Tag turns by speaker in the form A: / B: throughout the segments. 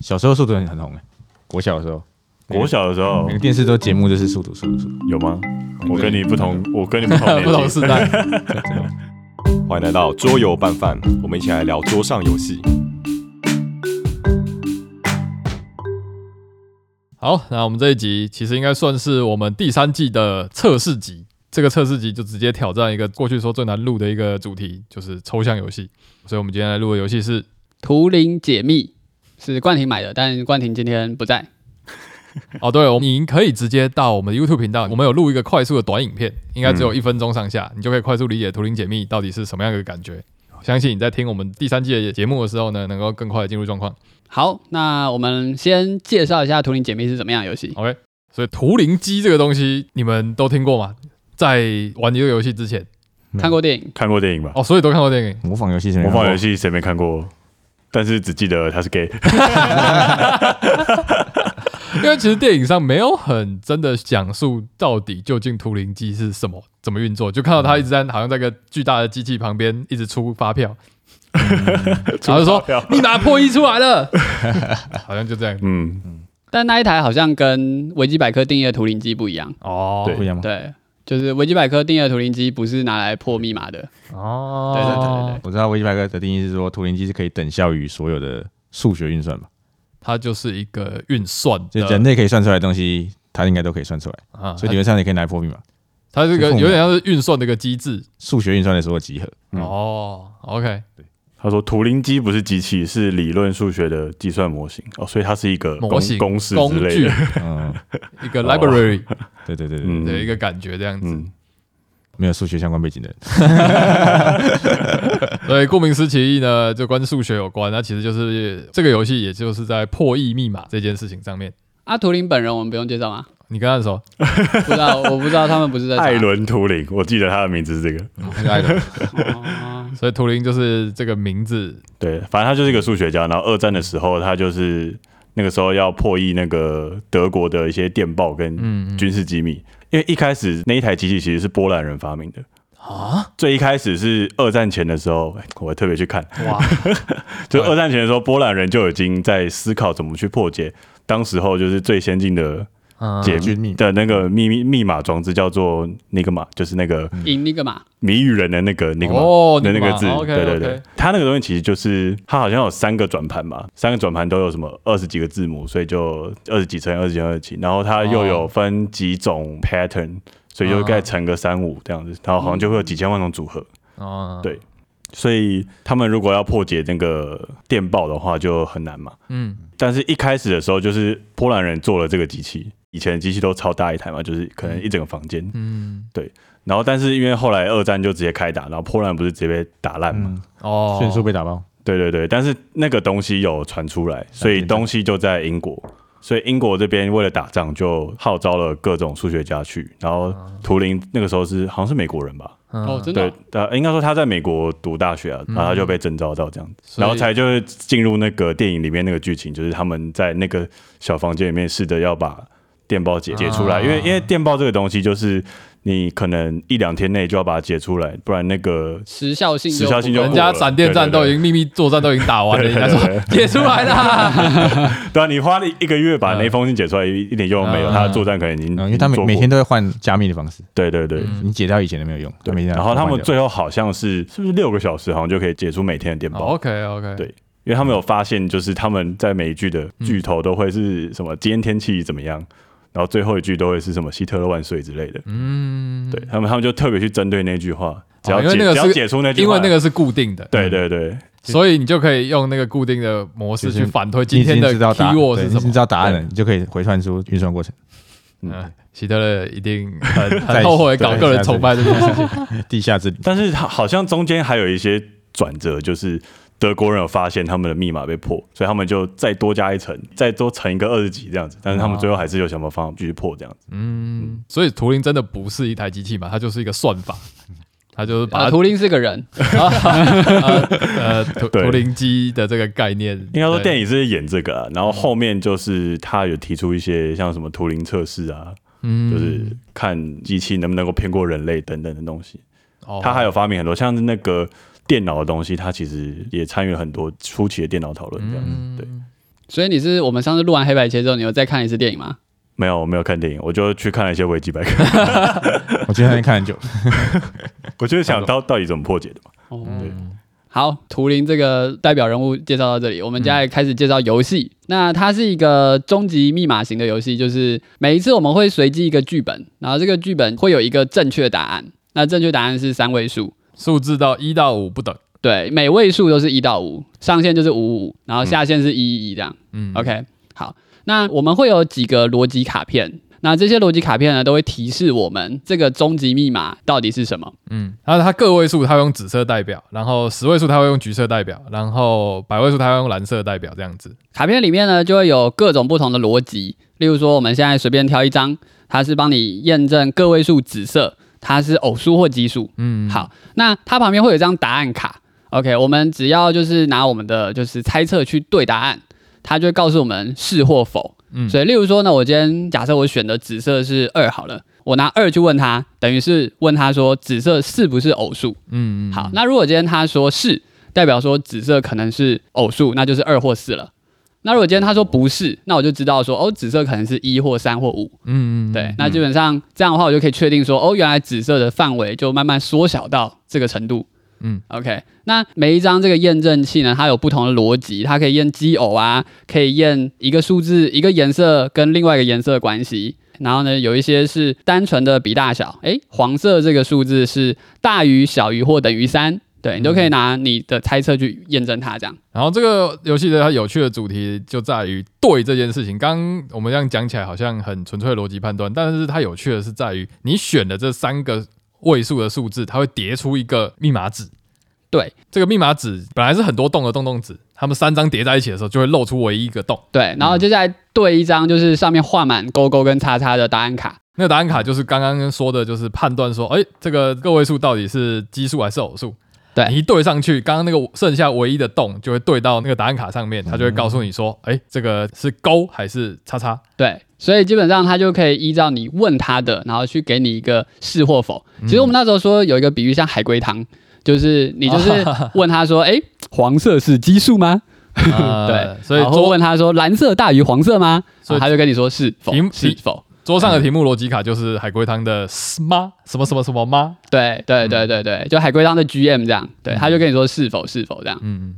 A: 小时候速度很很红诶，欸国小的时候，
B: 我小的时候
A: 每
C: 嗯
A: 个电视都节目就是速度速度速 度。
B: 有吗？我跟你不同，我跟你不同年纪
C: 嗯 不同时代。
D: 欢迎来到桌游拌饭，我们一起来聊桌上游戏。
C: 好，那我们这一集其实应该算是我们第三季的测试集。这个测试集就直接挑战一个过去说最难录的一个主题，就是抽象游戏。所以我们今天来录的游戏是
E: 图灵解密是冠廷买的，但冠廷今天不在。
C: 哦，对，我们您可以直接到我们的 YouTube 频道，我们有录一个快速的短影片，应该只有一分钟上下，你就可以快速理解图灵解密到底是什么样的感觉。相信你在听我们第三季的节目的时候呢，能够更快的进入状况。
E: 好，那我们先介绍一下图灵解密是怎么样的游
B: 哦
E: 戏。
C: OK，所以图灵机这个东西你们都听过吗？在玩这个游戏之前，
A: 嗯
E: 看过电影，
B: 看过电影吧？
C: 哦，所以都看过电影。
A: 模仿游戏，
B: 模仿游，戏谁没看过？但是只记得他是 gay，
C: 因为其实电影上没有很真的讲述到底究竟图灵机是什么，怎么运作，就看到他一直在好像在一个巨大的机器旁边一直出发票， 然后就
B: 嗯出发
C: 说
B: 票
C: 你把破译出来了，好像就 这样
B: 嗯，
E: 但那一台好像跟维基百科定义的图灵机不一样。
C: 哦
A: 不一样吗？
E: 对，就是维基百科定义的图灵机不是拿来破密码的。
C: 哦，
E: 对对对对对，
A: 我知道维基百科的定义是说，图灵机是可以等效于所有的数学运算吧，
C: 它就是一个运算
A: 就
C: 的
A: 人类可以算出来的东西，它应该都可以算出来，
C: 啊，
A: 所以理论上也可以拿来破密码，
C: 它它这个
A: 是凤
C: 有点像是运算的一个机制
A: 数学运算的所有集 合。
B: 嗯
C: 哦。OK，
B: 他说图灵机不是机器，是理论数学的计算模型哦，所以它是一个
C: 模型
B: 公公式
C: 工
B: 之类
C: 具
B: 的，
A: 嗯，
B: 哦
C: 一 个 library
A: 对对对对，
B: 嗯
C: 的一个感觉这样子。
B: 嗯，
A: 没有数学相关背景的人，
C: 所以顾名思其义呢，就跟数学有关。那其实就是这个游戏，也就是在破译密码这件事情上面。
E: 啊，图灵本人我们不用介绍吗？
C: 你跟他说，
E: 不知道， 我不知道他们不是在查
B: 艾。伦图灵，我记得他的名字是这个，
E: 哦
C: 所以图灵就是这个名字
B: 对，反正他就是一个数学家。然后二战的时候，他就是那个时候要破译那个德国的一些电报
C: 嗯
B: 跟军事机密，因为一开始那一台机器其实是波兰人发明的。
C: 啊，
B: 最一开始是二战前的时候，哎我还特别去看，
C: 哇，
B: 就
C: 嗯
B: 二战前的时候，波兰人就已经在思考怎么去破解当时候就是最先进的
C: 嗯
B: 解
A: 军密
B: 的那个秘密密码装置，叫做那个码，就是那个
E: 赢那个嘛，
B: 谜语人的那个那个码
C: 嗯哦
B: 的那
C: 那个
B: 个
C: 码
B: 字，
C: OK，
B: 对对
C: OK
B: 对，它那个东西其实就是它好像有三个转盘吧，三个转盘都有什么二十几个字母，所以就二十几乘以二十几乘以二十几，然后它又有分几种 pattern，所以就
C: 哦
B: 再乘个三五这样子，然后好像就会有几千万种组合。
C: 哦，
B: 对所以他们如果要破解那个电报的话，就很难嘛。
C: 嗯，
B: 但是一开始的时候，就是波兰人做了这个机器，以前的机器都超大一台嘛，就是可能一整个房间。
C: 嗯，
B: 然后，但是因为后来二战就直接开打，然后波兰不是直接被打烂嘛？
A: 嗯，
C: 哦，
A: 迅速被打爆，
B: 对对对，但是那个东西有传出来，所以东西就在英国。所以英国这边为了打仗，就号召了各种数学家去。然后图灵那个时候是好像是美国人吧？
E: 哦，真的
B: 对
E: 哦，，
B: 呃，应该说他在美国读大学啊，然后他就被征召到这样
C: 嗯
B: 子，然后才就是进入那个电影里面那个剧情，就是他们在那个小房间里面试着要把电报解解出来，
C: 啊
B: 因为因为电报这个东西就是你可能一两天内就要把它解出来，不然那个
E: 时效性就
B: 时效性
E: 不
B: 就
E: 够
C: 人家闪电
B: 对
C: 战
B: 对对
C: 都已经秘密作战都已经打完了，
B: 对对
C: 人家说解出来啦，
B: 对啊，你花了一个月把
C: 嗯
B: 那封信解出来，一一点用都没有，
C: 嗯
B: 他的作战可能已经
A: 嗯，因为他每
B: 做过
A: 每天都会换加密的方式，
B: 对对对。
C: 嗯
A: 你解掉以前的没有用，
B: 对
A: 每，天
B: 然后他们
A: 换掉
B: 最后好像是是不是六个小时，好像就可以解出每天的电报。
C: OK OK，
B: 对因为他们有发现，就是他们在每一句的句头都会是什么今天天气怎么样，然后最后一句都会是什么希特勒万岁之类的。
C: 嗯，哦
B: 对他们，他们就特别去针对那句话，只要
C: 因为
B: 解
C: 那个
B: 只
C: 是
B: 要解出那句
C: 因
B: 话，
C: 为那个是固定的，
B: 对对对
C: 所以你就可以用那个固定的模式
A: 就是
C: 去反推
A: 你
C: 今
A: 已
C: 天
A: 经
C: 的
A: 知道答案，
C: keyword
A: 对你
C: 是
A: 已
C: 什
A: 经
C: 么
A: 知。道答案了，你就可以回算出运算过程。
C: 嗯，希特勒一定 很
A: 在
C: 很后悔搞
A: 对
C: 个人崇拜这件事情。
A: 地下之
B: 但是好好像中间还有一些转折，就是德国人有发现他们的密码被破，所以他们就再多加一层，再多乘一个二十几这样子。但是他们最后还是有想办法继续破这样子。
C: 嗯，所以图灵真的不是一台机器嘛，它就是一个算法，它就是把
E: 啊，
C: 它
E: 图灵是个人，
C: 呃 图
B: 对
C: 图灵机的这个概念。嗯
B: 应该说
C: 对
B: 电影是演这个、啊，然后后面就是他有提出一些像什么图灵测试啊，
C: 嗯
B: 就是看机器能不能够骗过人类等等的东西。
C: 哦
B: 它还有发明很多，像是那
C: 嗯
B: 个电脑的东西，它其实也参与了很多初期的电脑讨论这样子。对，
E: 所以你是我们上次录完黑白切之后，你又再看一次电影吗？
B: 没有，我没有看电影，我就去看了一些维基百 科，
A: 我今天看很久，
B: 我就是想到到底怎么破解的嘛。
E: 哦，
C: 嗯，
E: 好，图灵这个代表人物介绍到这里，我们接下来开始介绍游戏。那它是一个终极密码型的游戏，就是每一次我们会随机一个剧本，然后这个剧本会有一个正确答案，那正确答案是三位数，
C: 数字到一到五不等。
E: 对，每位数都是一到五，上限就是五五五，然后下限是一一一这样。
C: 嗯
E: OK，好，那我们会有几个逻辑卡片，那这些逻辑卡片呢，都会提示我们这个终极密码到底是什么。
C: 嗯，然后它个位数它会用紫色代表，然后十位数它会用橘色代表，然后百位数它会用蓝色代表，这样子。
E: 卡片里面呢，就会有各种不同的逻辑，例如说，我们现在随便挑一张，它是帮你验证个位数紫色，它是偶数或奇数。
C: 嗯，
E: 好，那它旁边会有一张答案卡。OK，我们只要就是拿我们的就是猜测去对答案，它就会告诉我们是或否。
C: 嗯
E: 所以例如说呢，我今天假设我选的紫色是二好了，我拿二去问他，等于是问他说紫色是不是偶数？
C: 嗯，嗯，
E: 好，那如果今天他说是，代表说紫色可能是偶数，那就是二或四了。那如果今天他说不是，那我就知道说哦，紫色可能是一或三或五。
C: 嗯，嗯，嗯
E: 对，，那基本上这样的话，我就可以确定说，哦，原来紫色的范围就慢慢缩小到这个程度。
C: 嗯
E: ，OK，那每一张这个验证器呢，它有不同的逻辑，它可以验基偶啊，可以验一个数字、一个颜色跟另外一个颜色的关系。然后呢，有一些是单纯的比大小，诶，黄色这个数字是大于、小于或等于三，对你都可
C: 嗯
E: 以拿你的猜测去验证它，这样。
C: 然后这个游戏的它有趣的主题就在于对这件事情。刚刚我们这样讲起来好像很纯粹的逻辑判断，但是它有趣的是在于你选的这三个位数的数字，它会叠出一个密码纸。
E: 对
C: 这个密码纸本来是很多洞的洞洞纸，它们三张叠在一起的时候就会露出唯一一个洞。
E: 对，然后接下来对一张就是上面画满勾勾跟叉叉的答案卡，
C: 那个答案卡就是刚刚说的，就是判断说，哎、这个个位数到底是奇数还是偶数？
E: 对
C: 你一对上去，刚刚那个剩下唯一的洞就会对到那个答案卡上面，
E: 嗯
C: 它就会告诉你说，哎、这个是勾还是叉叉？
E: 对，所以基本上他就可以依照你问他的，然后去给你一个是或否。
C: 嗯
E: 其实我们那时候说有一个比喻像海龟汤，就是你就是 问他说，哎、黄色是奇数吗？
C: 呃
E: 对，
C: 所以
E: 然后
C: 桌
E: 问他说蓝色大于黄色吗？
C: 所以
E: 所以他就跟你说是否
C: 题
E: 是否。
C: 桌上的题目逻辑卡就是海龟汤的妈什么什么什么妈，
E: 对对对对对，就海龟汤的 GM 这样，对，他就跟你说是否是否这样，
C: 嗯，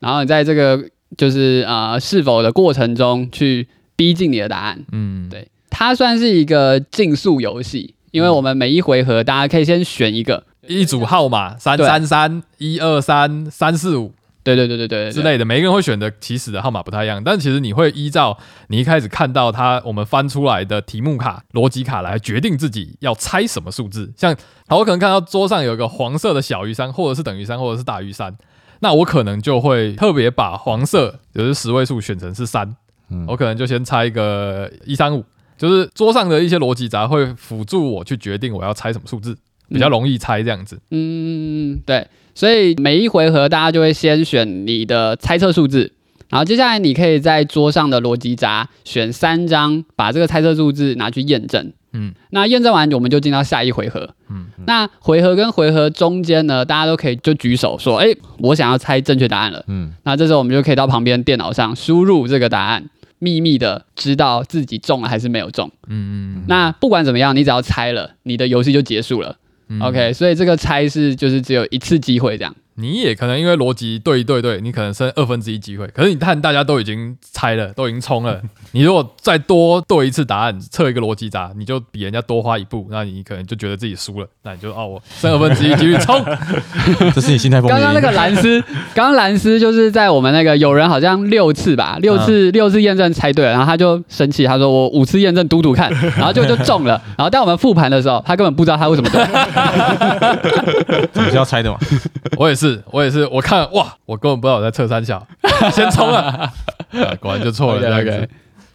E: 然后你在这个就是呃是否的过程中去逼近你的答案，
C: 嗯，
E: 对，它算是一个竞速游戏，因为我们每一回合大家可以先选一个，
C: 一组号码三
E: 对
C: 三三一二三三四五
E: 对对对对对对
C: 之类的，每个人会选的起始的号码不太一样，但其实你会依照你一开始看到它，我们翻出来的题目卡、逻辑卡来决定自己要猜什么数字。像好，我可能看到桌上有一个黄色的小于三，或者是等于三，或者是大于三，那我可能就会特别把黄色，也就是十位数选成是三，
E: 嗯
C: 我可能就先猜一个一三五，就是桌上的一些逻辑闸会辅助我去决定我要猜什么数字，比较容易猜这样子。
E: 嗯，对，所以每一回合大家就会先选你的猜测数字，然后接下来你可以在桌上的逻辑闸选三张，把这个猜测数字拿去验证。
C: 嗯
E: 嗯，那验证完我们就进到下一回合。嗯，那回合跟回合中间呢，大家都可以就举手说，哎、我想要猜正确答案了。
A: 嗯，
E: 那这时候我们就可以到旁边电脑上输入这个答案，秘密的知道自己中了还是没有中。
C: 嗯
E: 那不管怎么样，你只要猜了，你的游戏就结束了。
C: 嗯
E: OK，所以这个猜是就是只有一次机会这样。
C: 你也可能因为逻辑对一对对，你可能剩二分之一机会。可是你看大家都已经猜了，都已经冲了，你如果再多对一次答案，测一个逻辑答，你就比人家多花一步，那你可能就觉得自己输了，那你就哦，我剩二分之一继续冲。
A: 这是你心态崩
E: 刚
A: 溃。
E: 刚 那个蓝斯，刚刚蓝斯就是在我们那个有人好像六次吧，六次、六次验证猜对了，然后他就生气，他说我五次验证赌赌看，然后就就中了。然后但我们复盘的时候，他根本不知道他为什么对。
A: 总是要猜的嘛。
C: 我也是，我也是，我看哇，我根本不知道我在测三小，先冲了、啊果然就错了
E: OK，
C: 这样子
E: OK。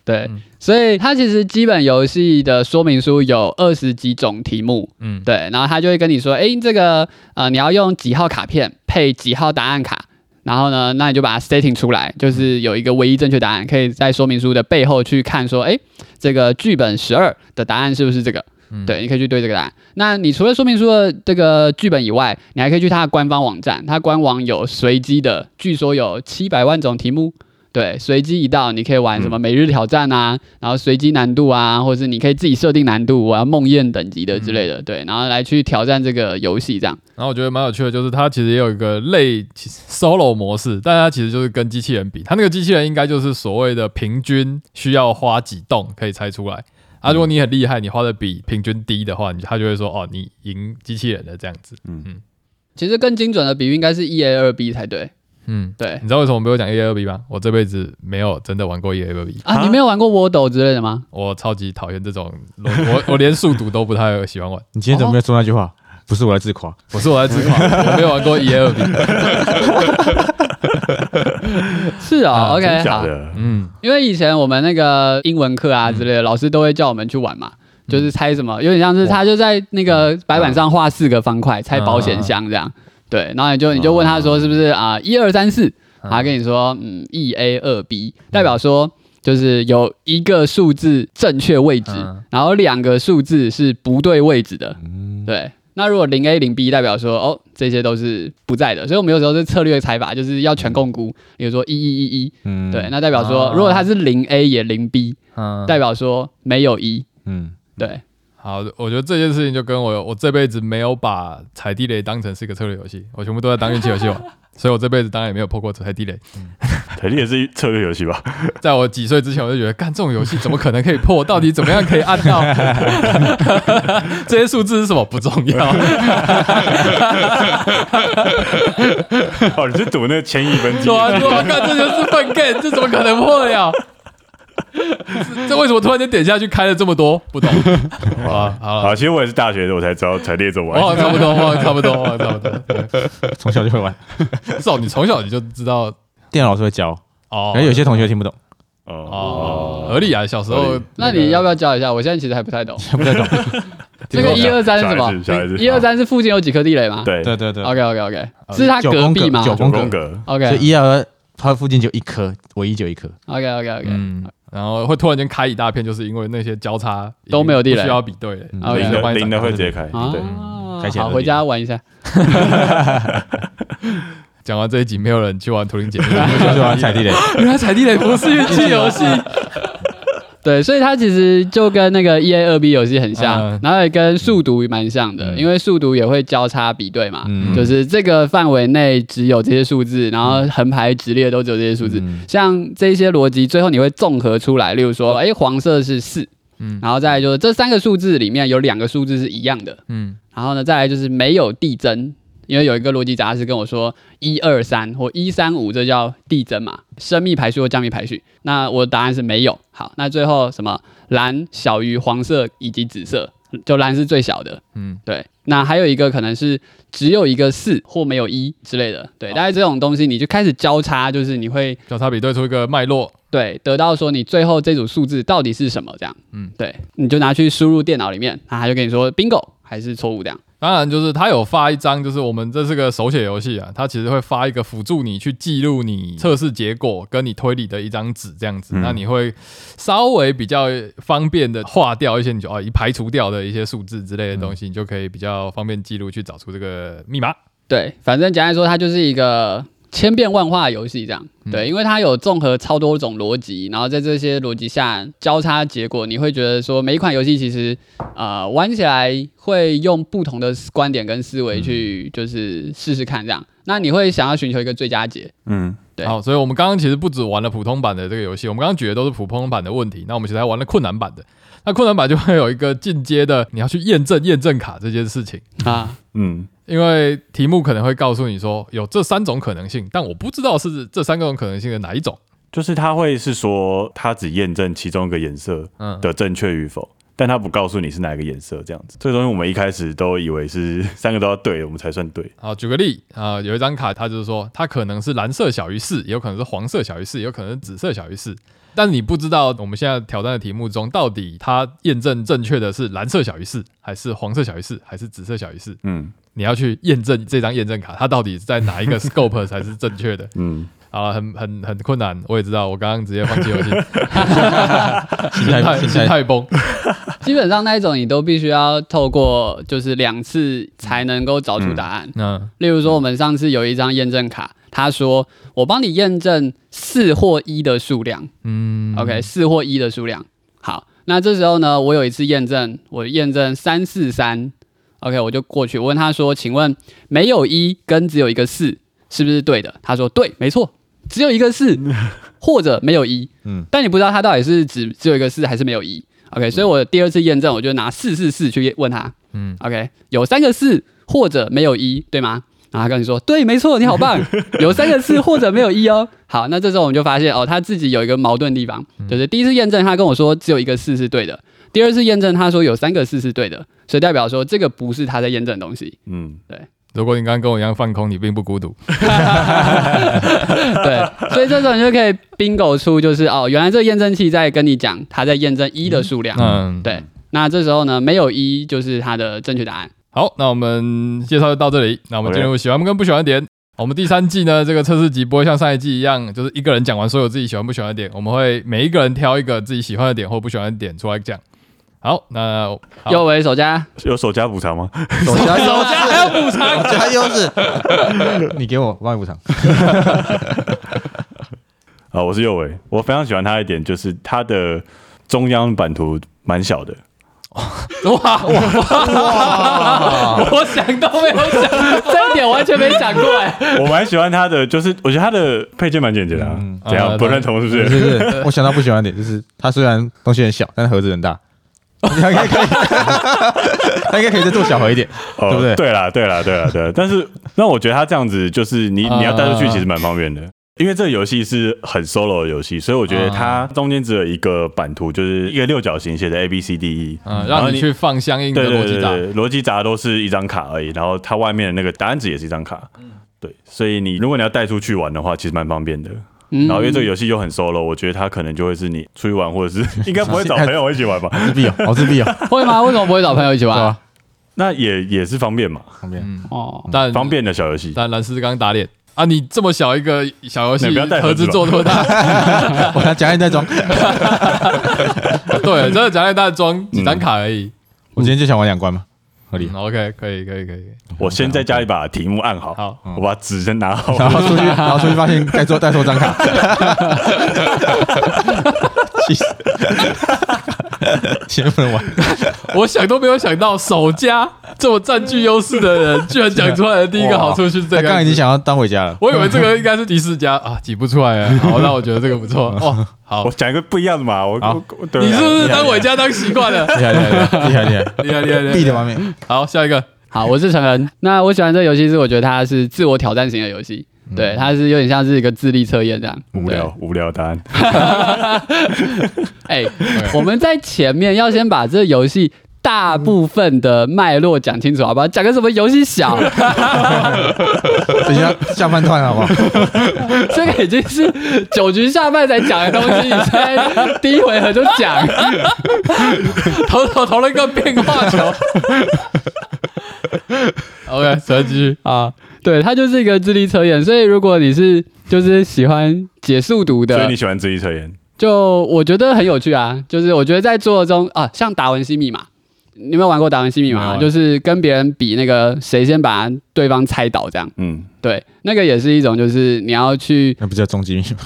E: 对，所以它其实基本游戏的说明书有二十几种题目，
C: 嗯
E: 嗯，对，然后他就会跟你说，诶，这个呃，你要用几号卡片配几号答案卡，然后呢，那你就把它 setting 出来，就是有一个唯一正确答案，可以在说明书的背后去看说，诶，这个剧本十二的答案是不是这个？对，你可以去对这个答案。那你除了说明书的这个剧本以外，你还可以去它的官方网站，它官网有随机的，据说有七百万种题目，对，随机一道，你可以
B: 嗯
E: 玩什么每日挑战啊，然后随机难度啊，或者是你可以自己设定难度，我要梦魇等级的之类的，
B: 嗯
E: 对，然后来去挑战这个游戏这样。
C: 然后我觉得蛮有趣的，就是它其实也有一个类其实 solo 模式，但它其实就是跟机器人比，它那个机器人应该就是所谓的平均需要花几栋可以猜出来。啊，如果你很厉害，你花的比平均低的话，你他就会说哦，你赢机器人的这样子。
E: 其实更精准的比喻应该是一 A 二 B 才对，
C: 嗯，
E: 对
C: 你知道为什么没有讲 A A 二 B 吗？我这辈子没有真的玩过 A A 二 B，
E: 啊，
B: 啊
E: 你没有玩过 Wordle 之类的吗？
C: 我超级讨厌这种，我 我我连数独都不太喜欢玩。
A: 你今天怎么没有说那句话？不是我来自夸，
C: 我是我在自夸，我没有玩过 E L B。
E: 是哦、
C: 啊
E: o
B: 真
E: k
B: 假
E: 好，
B: 的？
C: 嗯，
E: 因为以前我们那个英文课啊之类的，老师都会叫我们去玩嘛，就是猜什么，有点像是他就在那个白板上画四个方块，猜保险箱这样。对，然后你就你就问他说是不是啊一二三四，他跟你说嗯一 A 二 B，代表说就是有一个数字正确位置
C: 嗯，
E: 然后两个数字是不对位置的。对。那如果零 A 零 B 代表说哦，这些都是不在的，所以我们有时候是策略猜法，就是要全共估，比如说一一一一，
A: 嗯，
E: 对，，那代表说，
C: 啊
E: 如果它是零 A 也零 B，、
C: 嗯
E: 代表说没有一。
A: 嗯，
E: 对，
C: 好，我觉得这件事情就跟我我这辈子没有把踩地雷当成是一个策略游戏，我全部都在当运气游戏玩，所以我这辈子当然也没有破过踩地雷。
B: 肯定也是策略游戏吧？
C: 在我几岁之前，我就觉得干这种游戏怎么可能可以破？到底怎么样可以按到？ 这些数字是什么不重要，
B: 哦，你是赌那前一分之
C: 对
B: 一，
C: 啊，对啊，干这就是笨 game，这怎么可能破得了？这这为什么突然间点下去开了这么多？不懂。啊，好了
B: 啊，，其实我也是大学的，我才知道才列着
C: 我好
B: 玩。
C: 像差不多，我好像差不多，我好像差不多。对
A: 从小就会玩，
C: 至少你从小你就知道
A: 电脑老师会教，
C: 哦
A: 可能有些同学听不懂，
C: 哦，合理啊，小时候
B: 合
C: 个。
B: 理
E: 那你要不要教一下？我现在其实还不太懂。
A: 不太懂。
E: 这个一二三是什么？
B: 小孩子，
E: 一二三是附近有几颗地雷吗？
B: 对
A: 对对对，
E: ，OK OK OK，是它隔壁吗
A: 九
B: 九
A: 宫
B: 宫
A: 格，
B: 格，
E: ？OK
A: 所以一二它附近就一颗，唯一就一颗，
E: OK OK OK，
C: 嗯，然后会突然间开一大片，就是因为那些交叉
E: 都没有地雷
C: 不需要比对了，
A: 嗯
C: 就
E: 对
B: 零
C: 是
B: 的
C: 帮你
B: 零的
C: 找到
B: 会直接开，对，
E: 啊
A: 开启
E: 好，
A: 了
E: 回家玩一下。
C: 讲完这一集，没有人去玩图灵姐妹，
A: 就是玩踩地雷。
C: 原来踩地雷不是运气游戏，
E: 对，所以它其实就跟那个一 E A 二 B 游戏很像，
C: 嗯
E: 然后也跟数独蛮像的，
A: 嗯
E: 因为数独也会交叉比对嘛，
A: 嗯
E: 就是这个范围内只有这些数字，然后横排直列都只有这些数字，
A: 嗯
E: 像这些逻辑最后你会综合出来，例如说，哎、黄色是四，
C: 嗯
E: 然后再来就是这三个数字里面有两个数字是一样的，
C: 嗯，
E: 然后呢，再来就是没有递增，因为有一个逻辑杂志跟我说一二三或一三五，这叫递增嘛，生密排序或降密排序。那我的答案是没有。好，那最后什么蓝小于黄色以及紫色，就蓝是最小的。
C: 嗯
E: 嗯，对。那还有一个可能是只有一个四或没有一之类的，对，大概这种东西你就开始交叉，就是你会
C: 交叉比对出一个脉络，
E: 对，得到说你最后这组数字到底是什么，这样，
C: 嗯
E: 嗯，对，你就拿去输入电脑里面，那他就跟你说 bingo 还是错误这样，
C: 当然，就是他有发一张，就是我们这是个手写游戏啊，他其实会发一个辅助你去记录你测试结果跟你推理的一张纸这样子，
B: 嗯
C: 那你会稍微比较方便的划掉一些你就啊一排除掉的一些数字之类的东西，你就可以比较方便记录去找出这个密码。
E: 对，反正简单来说，它就是一个千变万化的游戏这样，对，因为它有综合超多种逻辑，然后在这些逻辑下交叉结果，你会觉得说每一款游戏其实呃玩起来会用不同的观点跟思维去就是试试看这样，那你会想要寻求一个最佳解，
B: 嗯，
E: 对
C: 好，所以我们刚刚其实不止玩了普通版的这个游戏，我们刚刚举的都是普通版的问题，那我们其实还玩了困难版的。那困难版就会有一个进阶的，你要去验证验证卡这件事情。
E: 啊，
B: 嗯，
C: 因为题目可能会告诉你说有这三种可能性，但我不知道是这三种可能性的哪一种。
B: 就是他会是说他只验证其中一个颜色
C: 嗯，
B: 的正确与否。但他不告诉你是哪一个颜色，这样子。这个东西我们一开始都以为是 三个都要对，我们才算对。
C: 好，举个例啊、有一张卡，它就是说它可能是蓝色小于四，也有可能是黄色小于四，也有可能是紫色小于四。但是你不知道我们现在挑战的题目中，到底它验证正确的是蓝色小于四，还是黄色小于四，还是紫色小于四？
B: 嗯
C: 你要去验证这张验证卡，它到底在哪一个 scope 才是正确的？
B: 嗯，
C: 好了，很很很困难，我也知道，我刚刚直接放弃 游戏，
A: 心
C: 心态
A: 态
C: 心
A: 心态
C: 态崩。
E: 基本上那一种你都必须要透过就是两次才能够找出答案。
C: 嗯
E: 例如说，我们上次有一张验证卡，他说我帮你验证四或一的数量。
C: 嗯
E: OK，四或一的数量。好，那这时候呢，我有一次验证，我验证三四三。OK，我就过去我问他说：“请问没有一跟只有一个四是不是对的？”他说：“对，没错，只有一 个四或者没有一。”嗯
A: 嗯，
E: 但你不知道他到底是只只有一个四还是没有一。OK，所以我第二次验证，我就拿四四四去问他。
C: 嗯
E: 嗯，OK，有三个四或者没有一，对吗？然后他跟你说，对，没错，你好棒，有三个四或者没有一哦。好，那这时候我们就发现哦，他自己有一个矛盾地方，
C: 嗯
E: 就是第一次验证他跟我说只有一个四是对的，第二次验证他说有三个四是对的，所以代表说这个不是他在验证的东西。
B: 嗯，
C: 如果你刚刚跟我一样放空，你并不孤独。
E: 对，所以这种就可以 bingo 出，就是哦，原来这个验证器在跟你讲他在验证一的数量。
C: 嗯，
E: 对，那这时候呢，没有一就是他的正确答案。
C: 好，那我们介绍就到这里。那我们
B: OK
C: 进入喜欢跟不喜欢的点。我们第三季呢，这个测试集不会像上一季一样，就是一个人讲完所有自己喜欢不喜欢的点，我们会每一个人挑一个自己喜欢的点或不喜欢的点出来讲。好，那好
E: 右为手加，
B: 有手加补偿吗？
A: 手加
E: 手加还要补
A: 手
E: 偿。
A: 加优势， 你给我万五场，
B: 啊，我是右伟，我非常喜欢他一点就是他的中央版图蛮小的，
C: 哇哇哇！我想都没有想，
E: 这一点完全没想过哎、
B: 我蛮喜欢他的，就是我觉得他的配件蛮简洁的、啊，
A: 嗯
B: 怎样、
C: 啊
B: 不认同是不
A: 是不
B: 是？
A: 是？我想到不喜欢的点就是，它虽然东西很小，但是盒子很大。你应该可以， 它应该可以再做小盒一点，
B: 哦
A: 对不对
B: 对啦，对啦，对啦，对啦。 但是那我觉得他这样子就是你
C: 啊
B: 你要带出去其实蛮方便的。因为这个游戏是很 solo 的游戏，所以我觉得它中间只有一个版图，就是一个六角形写的 A B C D E，
C: 嗯，
B: 然后
C: 让你去放相应的
B: 对对
C: 逻辑
B: 对
C: 答。
B: 对，逻辑闸都是一张卡而已，然后它外面的那个答案纸也是一张卡。对，所以你如果你要带出去玩的话，其实蛮方便的。
E: 嗯
B: 然后因为这个游戏又很 solo，我觉得它可能就会是你出去玩，或者是 应该不会找朋友一起玩吧？
A: 自闭哦，好自闭哦，
E: 会吗？为什么不会找朋友一起玩？
A: 对啊
B: 那也也是方便嘛，
A: 旁边
C: 嗯，
E: 哦，
C: 但
B: 方便的小游戏。
C: 但蓝斯刚打脸啊！你这么小一个小游戏
B: 你不要，带盒
C: 盒子
B: 子吧
C: 做多大？
A: 我拿夹链袋装，
C: 对，真的夹在袋装几张卡而已。
A: 我今天就想玩两关嘛，合理
C: 嗯。OK，可以，可以，可以。
B: 我先在家里把题目按好，
C: 好
B: 我把纸先拿好。
A: 然后出去，然后出去发现该做带错张 卡，气死！先不能玩，
C: 我想都没有想到，首家这么占据优势的 人，居然讲出来的第一个好处是这
A: 他
C: 个。
A: 刚刚已经，想要当回家了，
C: 我以为这个应该是第四家啊，挤不出来 啊。好，那我觉得这个不错哦。好
B: 我，讲一个不一样的嘛，我
A: 好
B: 我我对
C: 你是不
B: 啊
C: 是当伟家当习惯了？
E: 啊
A: 厉害厉害厉害厉害
C: 厉害厉害厉害！
A: ，B 的方面，
C: 好，下一个
E: 好，我是陈恩。那我喜欢这个游戏是，我觉得它是自我挑战型的游戏，对，它是有点像是一个智力测验这样。
B: 无聊无聊答案？
E: 对。哎、我们在前面要先把这游戏大部分的脉络讲清楚，好不好？讲个什么游戏小，
A: 等一下下半段好不好？
E: 这个已经是九局下半才讲的东西，你在第一回合就讲。
C: 投投投了一个变化球。OK，再继续。
E: 啊，对，它就是一个智力测验，所以如果你是就是喜欢解数独
B: 所以
E: 的
B: 你，喜欢智力测验？
E: 就我觉得很有趣啊，就是我觉得在做中啊，像达文西密码，你有没有玩过达文西
C: 没
E: 密
C: 有
B: 啊
E: 码？
C: 玩
E: 就是跟别人比那个谁先把对方猜倒这样，
B: 嗯，
E: 对，那个也是一种就是你要去
A: 那不叫终极密码，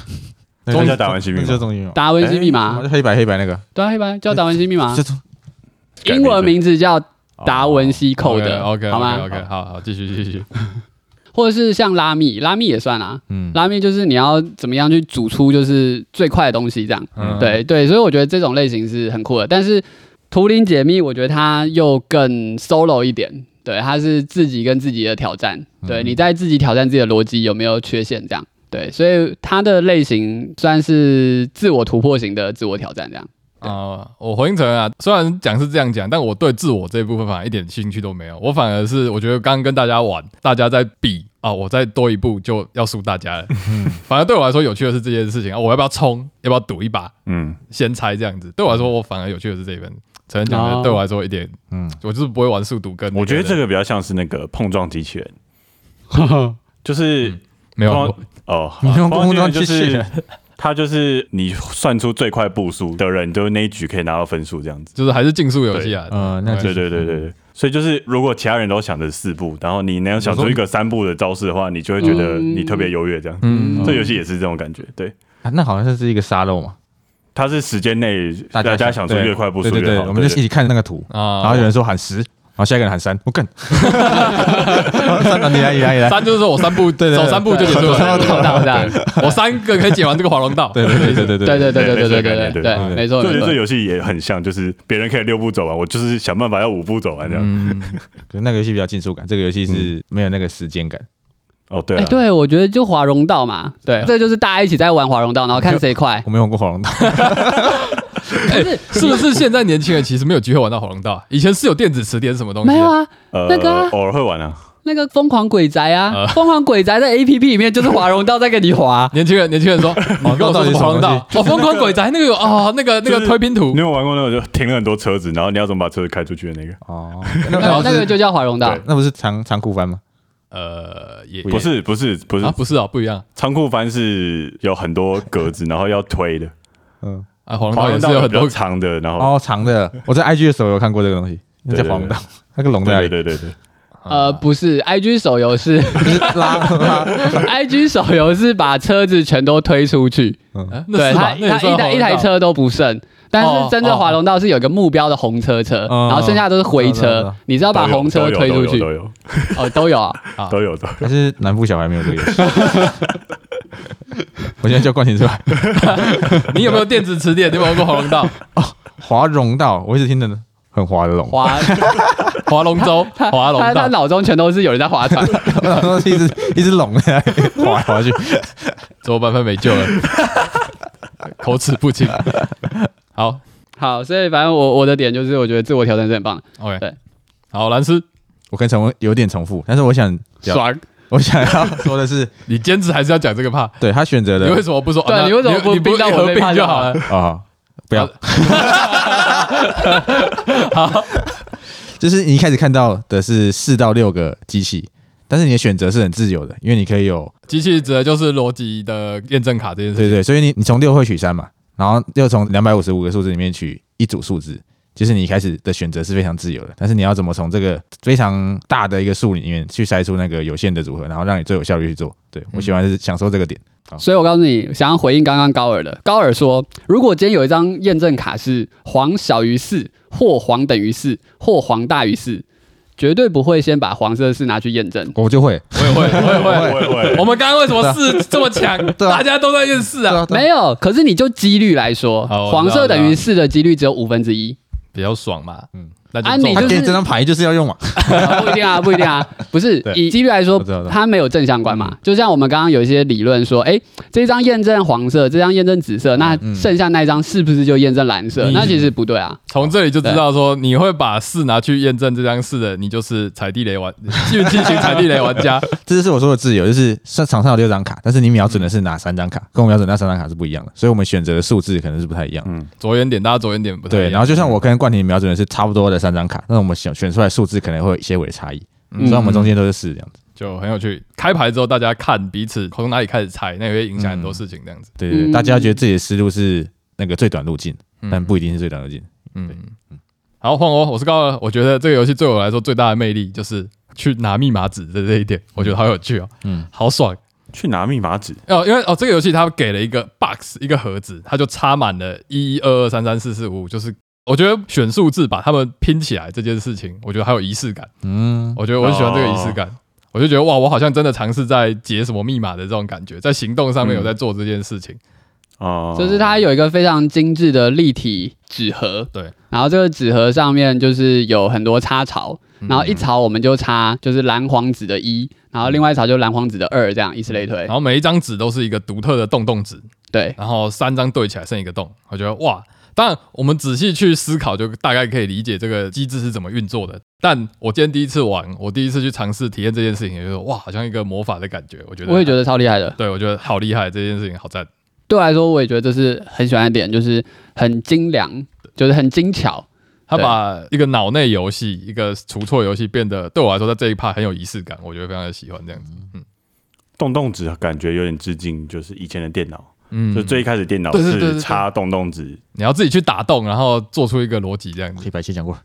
A: 那
B: 终极打完极密码
A: 那叫终极密码，
E: 达文西密
B: 哎
E: 码，
A: 黑白黑白那个
E: 对啊，黑白叫达文西密码
A: 这，种
B: 改
E: 英文
B: 名字
E: 名字叫达文西扣的
C: OK，
E: 好吗
C: o k 好好，继续继续。
E: 或者是像拉密，拉密也算啊，
A: 嗯，
E: 拉面就是你要怎么样去煮出就是最快的东西，这样。
C: 嗯
E: 对对，所以我觉得这种类型是很酷的。但是图灵解密，我觉得它又更 solo 一点，对，它是自己跟自己的挑战，对，你在自己挑战自己的逻辑有没有缺陷，这样。对，所以它的类型算是自我突破型的自我挑战，这样。对
C: 啊、我回应成啊，虽然讲是这样讲，但我对自我这一部分反而一点兴趣都没有。我反而是我觉得刚刚跟大家玩，大家在比啊，我再多一步就要输大 家了。反而对我来说有趣的是这件事情啊，我要不要冲，要不要赌一把，
B: 嗯，
C: 先猜这样子。对我来说，我反而有趣的是这一份。承认讲
E: 哦
C: 的，对我来说一点，嗯
A: 嗯，
C: 我就是不会玩速读跟那
B: 我觉得
C: 的
B: 这个比较像是那个碰撞机器人，就是
C: 没有玩过
B: 碰哦，
A: 你用
B: 碰撞
A: 碰撞机器
B: 就是
A: 人
B: 它就是你算出最快步数的人，就是那一局可以拿到分数这样子。
C: 就是还是竞速游戏啊。
A: 呃，那
C: 对
A: 就是
B: 嗯对对对对对，所以就是如果其他人都想着四步，然后你能想出一个三步的招式的话，你就会觉得
E: 嗯
B: 你特别优越。这样，
C: 嗯，
B: 这游戏也是这种感觉。对，
A: 啊那好像是一个沙漏嘛，
B: 它是时间内
A: 大
B: 大家想出
A: 对
B: 越快步速
A: 对对
B: 越
A: 对，
B: 好。
A: 我们就一起看那个图，
B: 嗯
E: 哦
C: 啊，
A: 然后有人说喊十，然后下一个人喊三， 我干，三，啊你来你来你来，
B: 哎
C: 三就是说我 三步，
A: 对对
C: 走三步就结束了，
E: 到 到到，
C: 我三个可以解完这个滑龙道，
A: 对对对对对
E: 对对对对对对对对
B: 对
E: 对，没错
B: 所以我觉
E: 没
B: 得
E: 错
B: 这。游戏也很像，就是别人可以六步走完，我就是想办法要五步走完这样。
C: 嗯，
A: 可是那个游戏比较竞速感，这个游戏是没有那个时间感。
B: 哦，对
E: 哎，
B: 啊，
E: 对，我觉得就华容道嘛，对，这就是大家一起在玩华容道，然后看谁快。
A: 我没玩过火龙道，
C: 哎，是不是现在年轻人其实没有机会玩到滑龙道？以前是有电子词典什么东西，，
E: 没有，啊，
B: 呃
E: 那个啊，
B: 偶尔会玩啊。
E: 那个疯狂鬼宅啊，疯狂鬼宅在 A P P 里面就是华容道在给你滑
C: 年轻人年轻
B: 哦
C: 人说，你跟我说什么滑龙道？哦，疯狂鬼宅那个有哦，那个那
B: 就
C: 个
B: 是
C: 推拼图
B: 你，有玩过那个就停了很多车子，然后你要怎么把车子开出去的那个？
A: 哦，
E: 那
C: 然后
E: 那个
C: 是
E: 就叫华容道
B: 对。
A: 那不是长长裤翻吗？
C: 呃，也
B: 不是不是不是
C: 啊，不是啊，不一样
B: 仓库翻是有很多格子，然后要推的，
A: 嗯，
C: 啊，滑龙
B: 滑
C: 道也
B: 轮
C: 是
B: 道
C: 有很
B: 比较
C: 多
B: 长的，然后
A: 哦，长的，我在 IG 的时候有看过这个东西，那叫
B: 对对对
A: 黄道，那个龙在哪里？
B: 对对对对，
A: 啊
E: 呃，不是，I G 手游是
A: 就是拉拉，
E: I G 手游是把车子全都推出去，
C: 啊那
E: 对
C: 是吧
E: 它
C: 那也
E: 它
C: 算
E: 一台一台
C: 滑龙道
E: 车都不剩。但是真正华龙道是有个目标的红车车，
A: 哦
E: 然后剩下都是灰
A: 哦哦
E: 车
A: 哦，
E: 你只要把红车推出去
B: 都，有
E: 哦，都有啊。
C: 啊
B: 都有都有
A: 还是南部小孩没有这个游 戏。我现在叫冠廷出来，
C: 你有没有电子词典？你有没有玩过滑龙道、
A: 华容道，我一直听着很滑的龙，
E: 滑，
C: 滑龙舟、滑龙
E: 他他
C: 道？
E: 脑中全都是有人在划船，
A: 我想说 是一只一只龙在那里滑来滑去。
C: 左半分没救了，口齿不清。好
E: 好，所以反正我我的点就是，我觉得自我挑战是很棒的，
C: ，OK，
E: 对
C: 好，蓝斯，
A: 我跟陈文有点重复，但是我想 讲，
E: 爽。
A: 我想要说的是，
C: 你坚持还是要讲这个怕？
A: 对他选择
C: 你
A: 了
C: 为什么不说？
E: 对
C: 啊那
E: 你为什么不
C: 你不
E: 逼到我
C: 合
E: 被怕
C: 并
E: 就
C: 就
E: 好
C: 好了？
A: 啊，不要， 就是你一开始看到的是四到六个机器，但是你的选择是很自由的，因为你可以有
C: 机器指的就是逻辑的验证卡这件事
A: 对
C: 情。
A: 对，所以你你从六会取三嘛，然后又从两百五十五个数字里面取一组数字，就是你一开始的选择是非常自由的，但是你要怎么从这个非常大的一个数里面去筛出那个有限的组合，然后让你最有效率去做。对我喜欢是享受这个点，
C: 嗯
E: 所以我告诉你，想要回应刚刚高尔的，高尔说，如果今天有一张验证卡是黄小于四，或黄等于四，或黄大于四，绝对不会先把黄色的四拿去验证。
A: 我就会。
C: 我也会，我也会。
B: 会会
C: 我们刚刚为什么四这么强？
A: 对啊
C: 大家都在验四啊，
E: 没有，可是你就几率来说，
C: 好我知道
E: 黄色等于四的几率只有五分之一，
C: 比较爽嘛。嗯
A: 嗯，
C: 那
E: 啊
C: 就
E: 你
C: 中
A: 他
E: 就
A: 给你这张牌就是要用嘛，
E: 啊 不一定啊，不一定啊，不是
A: 对
E: 以几率来说
A: 我知道我嗯知，道
E: 它没有正相关嘛。就像我们刚刚有一些理论说，哎，这张验证黄色，这张验证紫色，
A: 嗯
E: 那剩下那一张是不是就验证蓝色？
C: 嗯
E: 那其实不对啊。
C: 从这里就知道说，你会把四拿去验证这张四的，你就是踩地雷玩， 运气型踩地雷玩家。
A: 这就是我说的自由，就是上场上有六张卡，但是你瞄准的是哪三张卡，跟我瞄准那三张卡是不一样的，所以我们选择的数字可能是不太一样的。
C: 着眼点，大家着眼嗯点不太
A: 对，
C: 一
A: 然
C: 样
A: 后就像我跟冠廷瞄准的是差不多的三张卡，那我们选选出来数字可能会有一些微差异，所以我们中间都是四这样子。
C: 就很有趣。开牌之后，大家看彼此从哪里开始猜，那也会影响很多事情。这样子，
A: 对对，
E: 嗯
A: 对大家要觉得自己的思路是那个最短路径，
C: 嗯
A: 但不一定是最短路径。
C: 嗯，好，换我，我是高尔。我觉得这个游戏对我来说最大的魅力就是去拿密码纸的这一点，我觉得好有趣哦，嗯
A: 嗯，
C: 好爽
B: 去拿密码纸，
C: 哦，因为哦，这个游戏它给了一个 box 一个盒子，它就插满了一一二二三三四四五五，就是我觉得选数字把它们拼起来这件事情，我觉得还有仪式感。
A: 嗯，
C: 我觉得我很喜欢这个仪式感，我就觉得哇，我好像真的尝试在解什么密码的这种感觉，在行动上面有在做这件事情。
B: 哦，
E: 就是它有一个非常精致的立体纸盒，
C: 对，
E: 然后这个纸盒上面就是有很多插槽，
A: 嗯
E: 然后一槽我们就插就是蓝黄子的一，然后另外一槽就蓝黄子的二，这样以此类推
A: 嗯
C: 然。后每一张纸都是一个独特的洞洞纸，
E: 对，
C: 然后三张对起来剩一个洞，我觉得哇！当然，我们仔细去思考，就大概可以理解这个机制是怎么运作的。但我今天第一次玩，我第一次去尝试体验这件事情，也就是哇，好像一个魔法的感觉。我觉得，
E: 我也觉，得超厉害的。
C: 对我觉得好厉害，这件事情好赞。
E: 对我来说，我也觉得这是很喜欢的点，就是很精良，就是很精巧。
C: 他把一个脑内游戏、一个除错游戏变得对我来说，在这一趴很有仪式感，我觉得非常的喜欢这样子。
B: 洞洞纸，感觉有点致敬，就是以前的电脑，
C: 嗯，
B: 就最一开始电脑
C: 对对对对
B: 是
C: 对
B: 插洞洞纸，
C: 你要自己去打洞，然后做出一个逻辑这样子。
A: 黑白切讲过，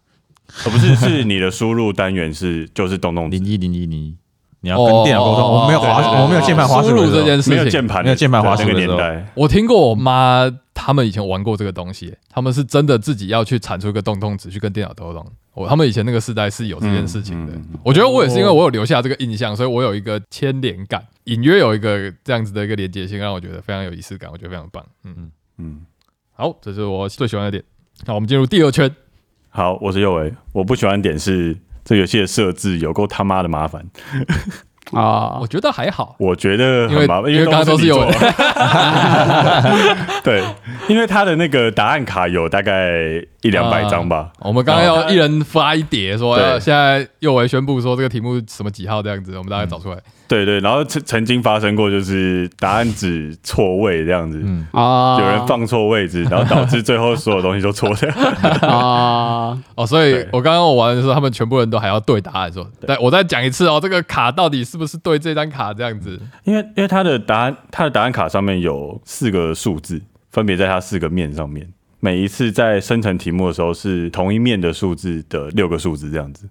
B: 呃，不是，是你的输入单元是就是动 动
A: 零
B: 字，
A: 一零一零一，你要跟电脑沟通，
C: 哦
A: 我没有滑
B: 对对对，
A: 我没有键盘滑
C: 输
A: 鼠
C: 入
A: 的
C: 这
A: 时候
C: 件事情
B: 没有键盘的，
A: 没有键盘滑鼠
B: 对那个
A: 的时候
B: 年代，
C: 我听过我妈他们以前玩过这个东西，他们是真的自己要去产出一个洞洞纸去跟电脑沟通。我他们以前那个时代是有这件事情的。
B: 嗯嗯嗯
C: 我觉得我也是因为我有留下这个印象，所以我有一个牵连感，隐约有一个这样子的一个连接性，让我觉得非常有仪式感，我觉得非常棒。嗯，
B: 嗯，
C: 好，这是我最喜欢的点。那我们进入第二圈，
B: 好，我是右维，我不喜欢的点是这游戏的设置有够他妈的麻烦，
E: 啊
C: 我，觉得还好，
B: 我觉得
C: 因为
B: 很麻烦，
C: 因为刚刚都
B: 都
C: 是
B: 你
C: 有
B: 做 的对，因为它的那个答案卡有大概一两百张吧，
C: 我们刚刚
B: 然
C: 要
B: 后
C: 一人发一叠，说
B: 对
C: 要现在右维宣布说这个题目什么几号这样子，我们大家找出来。
B: 对对，然后曾曾经发生过就是答案纸错位这样子。
A: 嗯，
E: 啊，
B: 有人放错位置，然后导致最后所有东西都错掉。
E: 啊，
C: 哦，所以
B: 对
C: 我刚刚我玩的时候，他们全部人都还要对答案说，对我再讲一次哦，这个卡到底是不是对这张卡这样子？
B: 因为因为它的答案，它的答案卡上面有四个数字，分别在它四个面上面。每一次在生成题目的时候，是同一面的数字的六个数字这样子。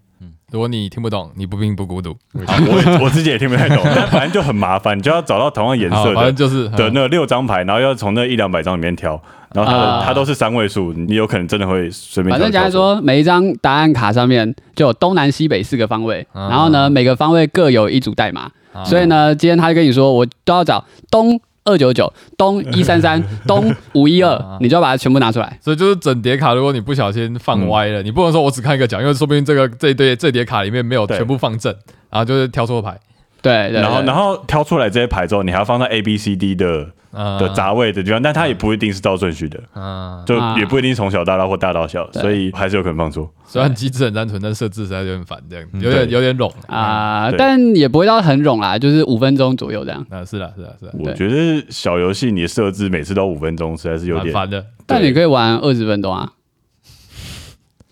C: 如果你听不懂，你不病不孤独。
B: 好我也我自己也听不太懂，但反正就很麻烦，你就要找到同样颜
C: 好，
B: 色
C: 反正
B: 的
C: 就是
B: 的
C: 嗯
B: 那六张牌，然后要从那一两百张里面挑。然后它的、
E: 啊
B: 它都是三位数，你有可能真的会随便
E: 反
B: 挑
E: 正
B: 一
E: 简
B: 挑
E: 单
B: 出来。
E: 说，每一张答案卡上面就有东南西北四个方位，
C: 啊
E: 然后呢，每个方位各有一组代码，所以呢，今天他就跟你说，我都要找东二九九、东一三三、东五一
C: 啊
E: 二，你就要把它全部拿出来。
C: 所以就是整叠卡，如果你不小心放歪了，你不能说我只看一个奖，因为说不定这个这一堆这叠卡里面没有
B: 对
C: 全部放正，然后就是挑错牌。
E: 对对，
B: 然后
E: 对
B: 然后挑出来这些牌之后，你还要放到 A、B、C、D 的
C: 嗯
B: 的杂位的地方，但它也不一定是照顺序的，
C: 嗯，
B: 就
E: 啊
B: 也不一定从小到大或大到小，
E: 对
B: 所以还是有可能放错。
C: 虽然机制很单纯，但设置实在有点烦，这样有点
B: 嗯对
C: 有点冗啊。
E: 啊、
B: 对
E: 但也不会到很冗啦，就是五分钟左右这样。
C: 那嗯是啦是啦是啦，
B: 我觉得小游戏你的设置每次都五分钟，实在是有
C: 蛮
B: 点
C: 啊烦的。
E: 但你可以玩二十分钟啊！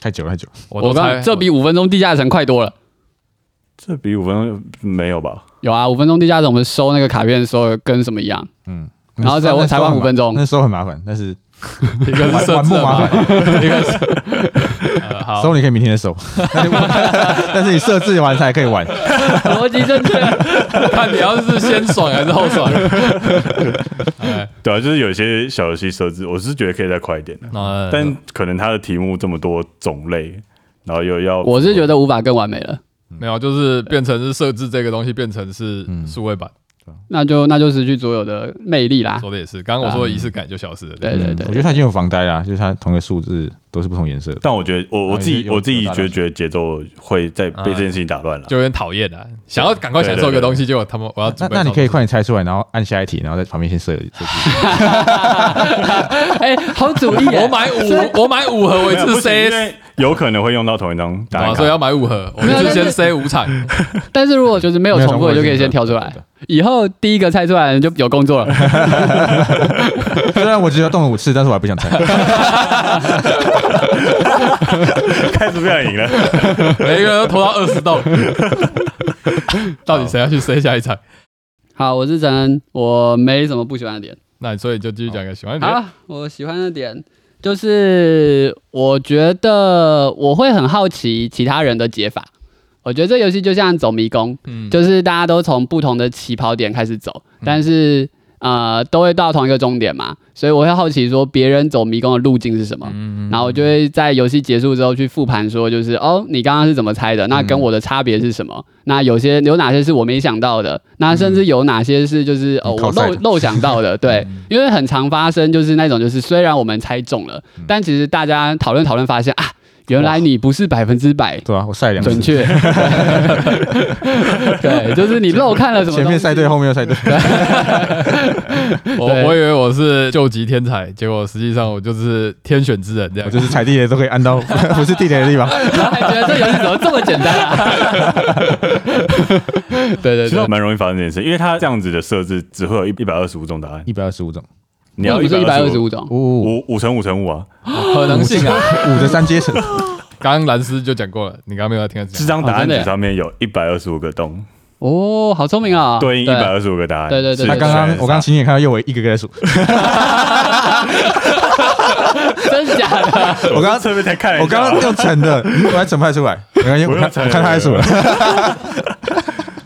A: 太久了太久了，
C: 我
E: 我
C: 都猜
E: 刚这比五分钟地下城快多了。
B: 这比五分钟没有吧？
E: 有啊，五分钟地下城我们收那个卡片的时候跟什么一样？
A: 嗯，
E: 然后再
A: 那时候
E: 才玩
A: 很
E: 五分钟
A: 那时候很麻烦，但是
C: 一个是
A: 玩玩
C: 设置
A: 不
C: 的
A: 麻
C: 嘛，
A: 烦，
C: 一个是 呃好。
A: 收你可以明天再 收，但是但是你设置完才可以玩，
E: 逻辑正确。
C: 看你要是先爽还是后爽。哎，
B: 对啊，就是有些小游戏设置，我是觉得可以再快一点的，
C: 那
B: 但可能它的题目这么多种类，然后又要
E: 我是觉得无法更完美了，
C: 没有，就是变成是设置这个东西变成是数位版，
E: 那就那就失去所有嗯的魅力啦。
C: 说的也是。刚刚我说的仪式感就消失了。
E: 对对对
A: 嗯我觉得他已经有房贷啦，就是他同一个数字都是不同颜色的，
B: 但我觉得我我自
A: 啊也
B: 己
A: 是有
B: 我自己
A: 有大
B: 觉
A: 大
B: 得觉得节奏会再被这件事情打乱了。
C: 就有点讨厌了，想要赶快享受一个东西，结果他们我要
A: 那
C: 准备
A: 那你可以
C: 什么
A: 快点猜出来，然后按下一题，然后在旁边先设设置。
E: 哎、好主意、
C: 我
E: 耶！
C: 买五，我买五盒，我一
B: 没有不
C: 次
B: 行因
C: C，
B: 为有可能会用到同一张答案
C: 啊，
B: 卡
C: 所以，要买五盒，我一次先 C 五场。
E: 但是如果就是没有重复的，就可以先挑出
A: 没有重
E: 来
A: 复的。
E: 以后第一个猜出来的人就有工 作了。
A: 虽然我只有动了五次，但是我还不想猜。
B: 开始不想赢了。
C: 每一个人都投到二十洞，到底谁要去 C 下一场？
E: 好，我是陈恩，我没什么不喜欢的点。
C: 那所以就继续讲一个喜欢的点
E: 好，我喜欢的点就是，我觉得我会很好奇其他人的解法。我觉得这游戏就像走迷宫，
C: 嗯，
E: 就是大家都从不同的起跑点开始走，但是呃都会到同一个终点嘛，所以我会好奇说别人走迷宫的路径是什么。
C: 嗯
E: 然后我就会在游戏结束之后去复盘，说就是哦，你刚刚是怎么猜的？
C: 嗯
E: 那跟我的差别是什么？那有些有哪些是我没想到的？那甚至有哪些是就是
C: 嗯
E: 哦
A: 靠
E: 我
A: 猜
E: 漏
A: 的
E: 漏想到的？ 对，因为很常发生就是那种就是虽然我们猜中了，
C: 嗯
E: 但其实大家讨论讨论发现啊，原来你不是百分之百。
A: 对啊，我晒两次
E: 准，确，对，就是你漏看了什么东西？
A: 前面晒对，后面又晒对。
C: 我
E: 对
C: 我以为我是救急天才，结果实际上我就是天选之人这
A: 我
C: 样。
A: 就是踩地雷都可以按到 不是地雷的地方。
E: 然后还觉得这游戏怎么这么简单啊？对对
B: 其实
E: 对，
B: 蛮容易发生这件事，因为它这样子的设置只会有一一百二十五种答案，
A: 一百二十五种，
B: 你要
E: 不嗯是一百二十
B: 五
E: 五种，
A: 五
B: 五五乘五乘五啊，
C: 可能性啊，
A: 五的三阶层，
C: 刚刚蓝斯就讲过了，你刚刚没有在听他
B: 这
C: 讲。
B: 张答
E: 哦
B: 案
E: 真的
B: 纸
E: 耶
B: 上面有一百二十五个洞，
E: 哦，好聪明啊、哦！
B: 对应一百二十五个答案。
E: 对对对
B: 是
A: 他刚刚我刚刚亲眼看到右维一个个在数，
E: 这真的假的？
A: 我刚刚
B: 侧面才
E: 哎
B: 看了一
A: 我
B: 下
A: 刚刚用乘的，我还乘不太出 来，没关系，
B: 不
A: 我
B: 用
A: 看
B: 乘
A: 我看他还数了。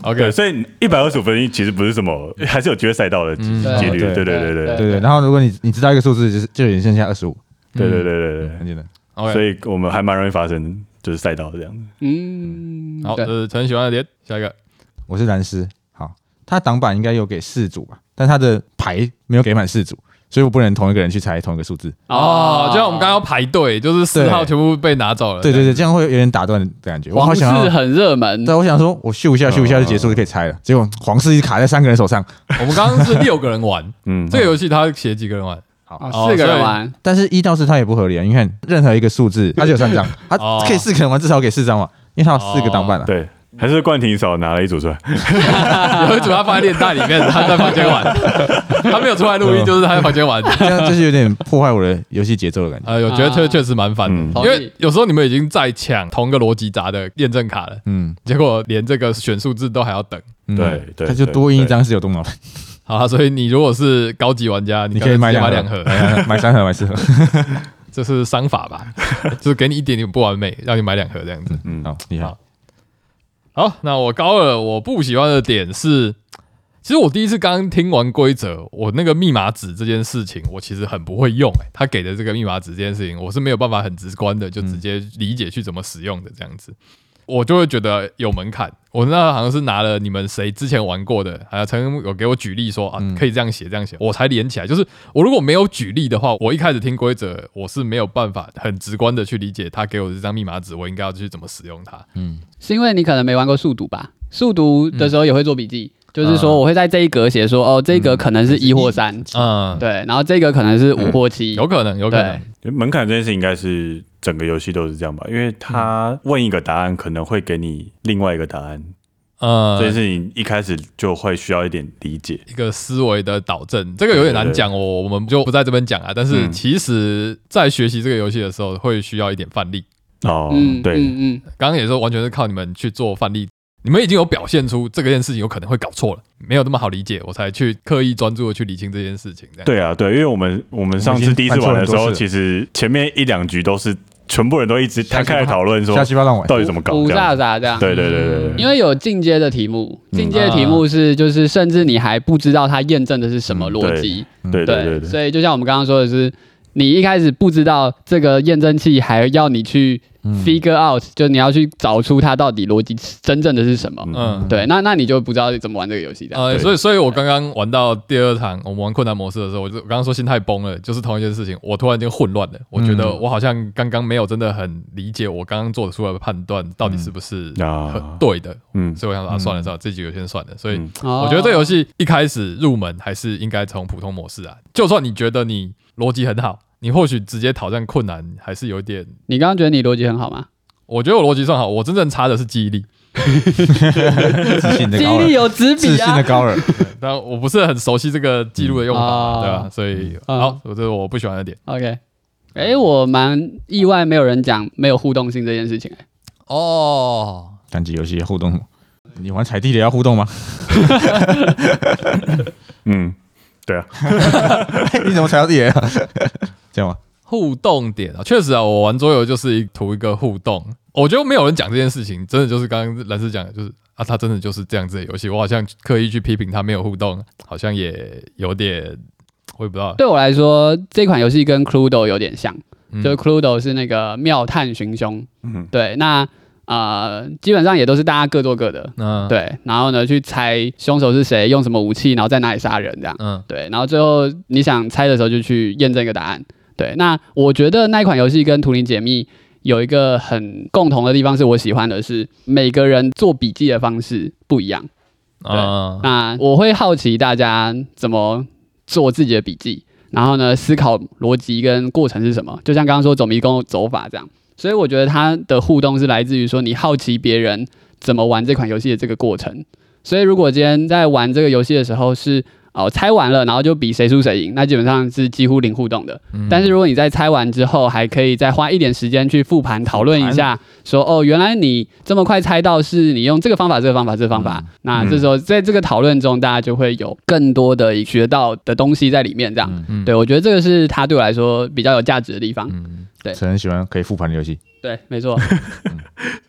C: OK，
B: 对，所以一百二十五分其实不是什么，还是有机会赛到的几
C: 嗯
B: 几率。
A: 哦
B: 对对
E: 对
B: 对对
E: 对
B: 对
A: 对对，然后如果你你知道一个数字，就是就已经剩下二十五，
B: 对对对对对
A: 很简单。
B: 对，
C: OK，
B: 所以我们还蛮容易发生就是赛到这样子。
E: 嗯，
C: 好，
E: 对
C: 这是陈喜欢的点，下一个
A: 我是蓝师，好，他挡板应该有给四组吧，但他的牌没有给满四组，所以我不能同一个人去猜同一个数字。
C: 哦，就像我们刚刚要排队，就是四
A: 对
C: 号全部被拿
B: 呃
C: 走了，
A: 对对对，这样会有点打断的感觉。我好
E: 皇室
A: 想要，
E: 很热门，
A: 对，我想说我秀一下秀一下
B: 嗯
A: 就结束就可以猜了，结果皇室一直卡在三个人手上，
C: 我们刚刚是六个 人玩
B: 嗯，
C: 这个游戏，他写几个人玩？
E: 啊
C: 哦
E: 四个
C: 所
E: 人
C: 以
E: 玩，
A: 但是一到四它也不合理啊，你看任何一个数 字它就有三张，它
C: 哦
A: 可以四个人玩至少给四张嘛，因为它有四个挡板啊。
B: 哦对，还是冠廷少拿了一组出来。
C: 有一组他放在链袋里面，他在房 间玩，他没有出来录音，就是他在房间玩。
A: 这样就是有点破坏我的游戏节奏的感觉。
C: 呃，有觉得
A: 啊
C: 确确实蛮烦
B: 嗯
C: 的，因为有时候你们已经在抢同一个逻辑闸的验证卡了，
A: 嗯，
C: 结果连这个选数字都还要等。
A: 嗯
B: 对对
A: 它就多印一张是有动脑的，
C: 好啦，所以你如果是高级玩家，
A: 你
C: 干
A: 可以买
C: 脆直接买
A: 两
C: 两
A: 盒哎
C: 盒，，
A: 买买三盒，买四 盒。
C: 这是商法吧？ 就是给你一点点不完美，让你买两盒这样子。
B: 嗯
A: 好，厉害
C: 好。好，那我高二我不喜欢的点是，其实我第一次刚听完规则，我那个密码纸这件事情，我其实很不会用、欸。他给的这个密码纸这件事情，我是没有办法很直观的就直接理解去怎么使用的这样子。我就会觉得有门槛。我那好像是拿了你们谁之前玩过的，还有曾有给我举例说啊，可以这样写这样写，我才连起来。就是我如果没有举例的话，我一开始听规则，我是没有办法很直观的去理解他给我的这张密码纸，我应该要去怎么使用它。
E: 是因为你可能没玩过速读吧？速读的时候也会做笔
B: 嗯
E: 记，就是说我会在这一格写说，哦，这一格可能是一或三，
C: 嗯，
E: 对，然后这一格可能是五或七，
B: 嗯哦
C: 有可能，有可能
E: 对。
B: 门槛这件事应该是整个游戏都是这样吧，因为他问一个答案，可能会给你另外一个答案，
C: 呃，
B: 这件事情一开始就会需要一点理解。
C: 一个思维的导正，这个有点难讲，我我们就不在这边讲啊。但是
B: 嗯
C: 其实，在学习这个游戏的时候，会需要一点范例。
B: 哦，对，
E: 嗯嗯，
C: 刚刚也说，完全是靠你们去做范例，你们已经有表现出这个件事情有可能会搞错了，没有那么好理解，我才去刻意专注的去理清这件事情。这样，
B: 对啊，对，因为我们我们上次第一次玩的时候，其实前面一两局都是全部人都一直摊开来讨论说
A: 下去吧，让我玩
B: 到底怎么搞
E: 五五
B: 这样
E: 炸。炸这样，
B: 对对对对对，
E: 因为有进阶的题目，进阶的题目是就是甚至你还不知道它验证的是什么逻辑，
B: 嗯对对对对，
E: 所以就像我们刚刚说的是，你一开始不知道这个验证器，还要你去 figure out，、就你要去找出它到底逻辑真正的是什么。
C: 嗯，
E: 对，那那你就不知道怎么玩这个游戏的。
C: 呃，
B: 对
C: 所以，所以我刚刚玩到第二场，我们玩困难模式的时候，我就我刚刚说心态崩了，就是同一件事情，我突然间混乱了，我觉
B: 嗯
C: 得我好像刚刚没有真的很理解我刚刚做出来的判断到底是不是
B: 啊
C: 很对的，
B: 嗯
C: 所以我想说啊，算了算了，这局我先算了。所以
B: 嗯
E: 哦
C: 呃我觉得这游戏一开始入门还是应该从普通模式啊，就算你觉得你逻辑很好，你或许直接挑战困难还是有点。
E: 你刚刚觉得你逻辑很好吗？
C: 我觉得我逻辑算好，我真正差的是记忆力，
A: 自信的
E: 记
A: 高
E: 忆力
A: 尔，
E: 有纸
A: 自
E: 笔
A: 信
E: 啊
A: 的。高尔。
C: 但我不是很熟悉这个记录的用法嘛，
E: 嗯
C: 对吧、
E: 啊
C: 所以
E: 嗯
C: 好，我这是我不喜欢的点。
E: OK，哎、我蛮意外，没有人讲没有互动性这件事情、哎
C: 哦，
A: 单机游戏互动，你玩踩地雷要互动吗？
B: 嗯，对啊，
A: 你怎么踩到地雷啊？ 这样吗？
C: 互动点啊，确实啊，我玩桌游就是一图一个互动，我觉得没有人讲这件事情，真的就是刚刚蓝斯讲的，就是啊，它真的就是这样子的游戏，我好像刻意去批评它没有互动，好像也有点，我也不知道，
E: 对我来说，这款游戏跟 Cluedo 有点像，
C: 嗯
E: 就是 Cluedo 是那个妙探寻凶，
B: 嗯
E: 对，那呃，基本上也都是大家各做各的，
C: 嗯，，
E: 对，然后呢去猜凶手是谁，用什么武器，然后在哪里杀人这样，
C: 嗯
E: 对，然后最后你想猜的时候就去验证一个答案，对，那我觉得那一款游戏跟图灵解密。有一个很共同的地方是我喜欢的是每个人做笔记的方式不一样。
C: 啊，
E: 那我会好奇大家怎么做自己的笔记，然后呢思考逻辑跟过程是什么，就像刚刚说走迷宫走法这样。所以我觉得它的互动是来自于说你好奇别人怎么玩这款游戏的这个过程。所以如果今天在玩这个游戏的时候是哦猜完了，然后就比谁输谁赢，那基本上是几乎零互动的。但是如果你在猜完之后，还可以再花一点时间去复盘讨论一下，说哦，原来你这么快猜到是你用这个方法、这个方法、这个方法。那这时候在这个讨论中，大家就会有更多的学到的东西在里面。这样，
C: 嗯
E: 对我觉得这个是它对我来说比较有价值的地方。对
A: 很喜欢可以复盘的游戏。
E: 对，没错。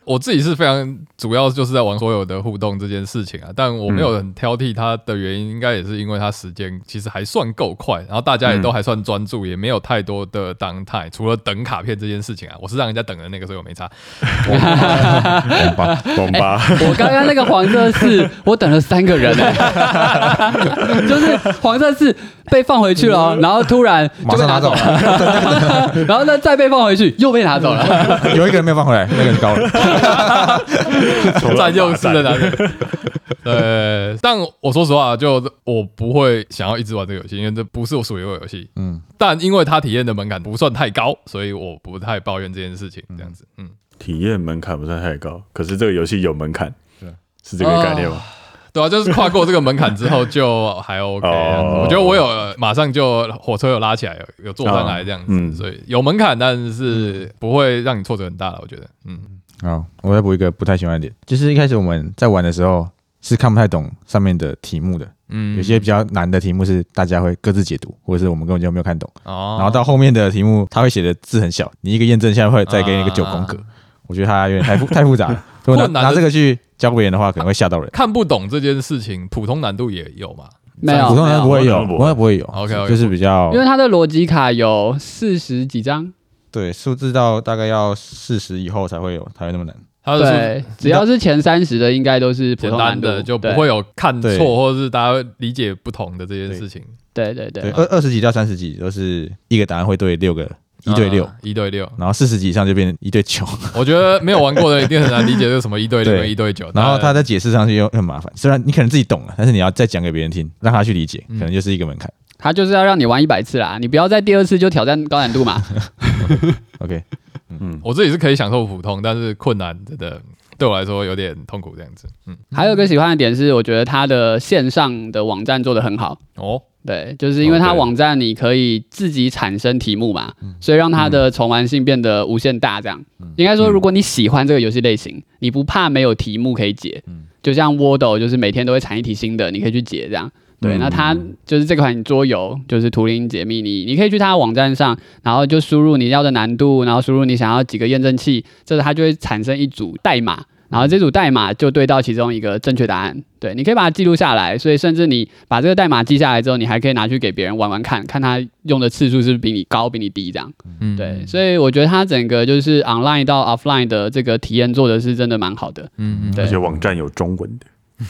C: 我自己是非常主要就是在玩所有的互动这件事情啊，但我没有很挑剔它的原因，应该也是因为它时间其实还算够快，然后大家也都还算专注，也没有太多的当态，除了等卡片这件事情啊，我是让人家等的那个，所以我没差。
A: 很棒，
B: 懂吧？
E: 我刚刚那个黄色是，我等了三个人、欸， 就是黄色是被放回去了哦，然后突然就
A: 嗯马
E: 被
A: 上拿走
E: 了，
A: 了，
E: 然后呢再被放回去又被拿走了。
A: 有一个人没有放回来，那个人高了。
C: 占用式的男人。呃，但我说实话，就我不会想要一直玩这个游戏，因为这不是我属于我的游戏。
A: 嗯，
C: 但因为它体验的门槛不算太高，所以我不太抱怨这件事情。这样子，嗯，
B: 体验门槛不算太高，可是这个游戏有门槛，是这个概念吗？
E: 哦
C: 对啊，就是跨过这个门槛之后就 还 OK 这样子。
B: 哦
C: 我觉得我有呃马上就火车有拉起来，有有坐上来这样子，
B: 嗯
C: 所以有门槛，但是不会让你挫折很大了。我觉得，嗯，
A: 好，我再补一个不太喜欢的点，就是一开始我们在玩的时候是看不太懂上面的题目的，
C: 嗯
A: 有些比较难的题目是大家会各自解读，或者是我们根本就没有看懂。
C: 哦，
A: 然后到后面的题目，他会写的字很小，你一个验证下来会再给你一个九宫格，
C: 啊
A: 我觉得它有点太复太复杂了。如果
C: 困难
A: 拿拿
C: 的
A: 这个去教别人的话，可能会吓到人。
C: 看不懂这件事情，普通难度也有嘛？
E: 没有，
A: 普通
E: 没
A: 人
E: 有
A: 不会
B: 没有
A: 有，
B: 普通
A: 普
B: 人不会
A: 通人不会有。
C: OK，OK
A: 就是比较
E: 因为它的逻辑卡有四十几张，
A: 对数字到大概要四十以后才会有，才会那么难。
C: 它的数字
E: 对，只要是前三十的，应该都是普
C: 简
E: 通
C: 单
E: 难度
C: 的，就不
E: 对
C: 会有看
A: 对
C: 错或者是大家理解不同的这件事情。
E: 对对
A: 对，
E: 对，
A: 二二十几到三十几都是一个答案会对六个一对六，
C: 啊一对六，
A: 然后四十几以上就变成一对九。
C: 我觉得没有玩过的一定很难理解这是什么一对六
A: 对
C: 跟一对九。
A: 然后
C: 但
A: 他在解释上去又很麻烦，虽然你可能自己懂了，但是你要再讲给别人听，让他去理解，可能就是一个门槛。
E: 它就是要让你玩一百次啦，你不要在第二次就挑战高难度嘛。
A: OK，
C: 我自己是可以享受普通，但是困难真的对我来说有点痛苦这样子。嗯，
E: 还有一个喜欢的点是，我觉得它的线上的网站做得很好。
C: 哦，
E: 对，就是因为它
B: 哦对
E: 网站你可以自己产生题目嘛，所以让它的重玩性变得无限大。这样，应该说，如果你喜欢这个游戏类型，你不怕没有题目可以解，就像 Wordle，就是每天都会产一题新的，你可以去解这样。对，
B: 嗯
E: 那它就是这款桌游，就是图灵解密，你你可以去它的网站上，然后就输入你要的难度，然后输入你想要几个验证器，这时它就会产生一组代码，然后这组代码就对到其中一个正确答案。对，你可以把它记录下来，所以甚至你把这个代码记下来之后，你还可以拿去给别人玩玩看，看他用的次数是不是比你高、比你低这样。
C: 嗯，
E: 对，所以我觉得它整个就是 online 到 offline 的这个体验做的是真的蛮好的
C: 嗯，
E: 对
B: 而且网站有中文的，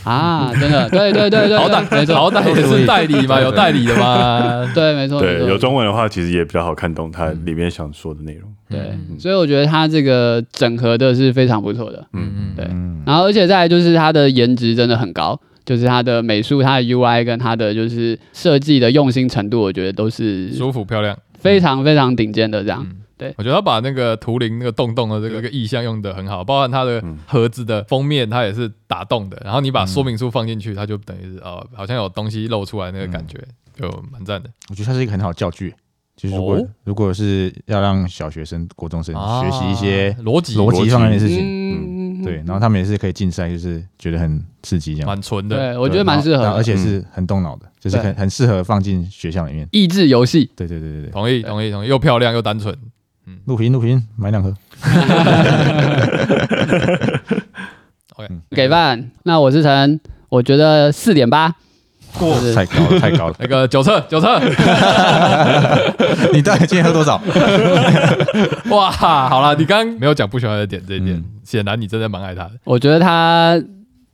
E: 啊，真的，对对对对，
C: 好
E: 对没
C: 歹
E: 错
C: 啊好歹也是代理嘛，有代理的嘛。
E: 对，没错，
B: 对，
E: 没
B: 有
E: 错，
B: 中文的话，其实也比较好看懂它里面想说的内容。
E: 对，所以我觉得它这个整合的是非常不错的，
C: 嗯
E: 对
C: 嗯，
A: 嗯，
E: 然后而且再来就是它的颜值真的很高，就是它的美术、它的 UI 跟它的就是设计的用心程度，我觉得都是
C: 嗯舒服漂亮。
E: 非常非常顶尖的这样。
C: 我觉得他把那个图灵那个洞洞的这个这个意象用的很好，包含它的盒子的封面，它也是打洞的。然后你把说明书放进去，它就等于是哦，好像有东西露出来那个
E: 嗯
C: 感觉，就蛮赞的。
A: 我觉得它是一个很好的教具，就是如果、
C: 哦
A: 如果是要让小学生、国中生学习一些
C: 啊逻辑，
A: 逻辑方面的事情，
E: 嗯，
A: 对，然后他们也是可以竞赛，就是觉得很刺激这样。
C: 蛮纯的。
E: 对，我觉得蛮适
A: 然
E: 合的，嗯
A: 后而且是很动脑的，就是很
E: 对
A: 很适合放进学校里面。
E: 益智游戏。
A: 对对对对对，
C: 同意，同意，同意，又漂亮又单纯。
A: 录屏录屏，买两盒。
C: OK，
A: 嗯
E: 给饭，那我是陈，我觉得四点八，
C: 过
E: 是
A: 哦太 高了，太高了！
C: 那个九测，九测，
A: 你到底今天喝多少？
C: 哇，好啦，你刚刚没有讲不喜欢的点这一点，
E: 嗯
C: 显然你真的蛮爱他的。
E: 我觉得他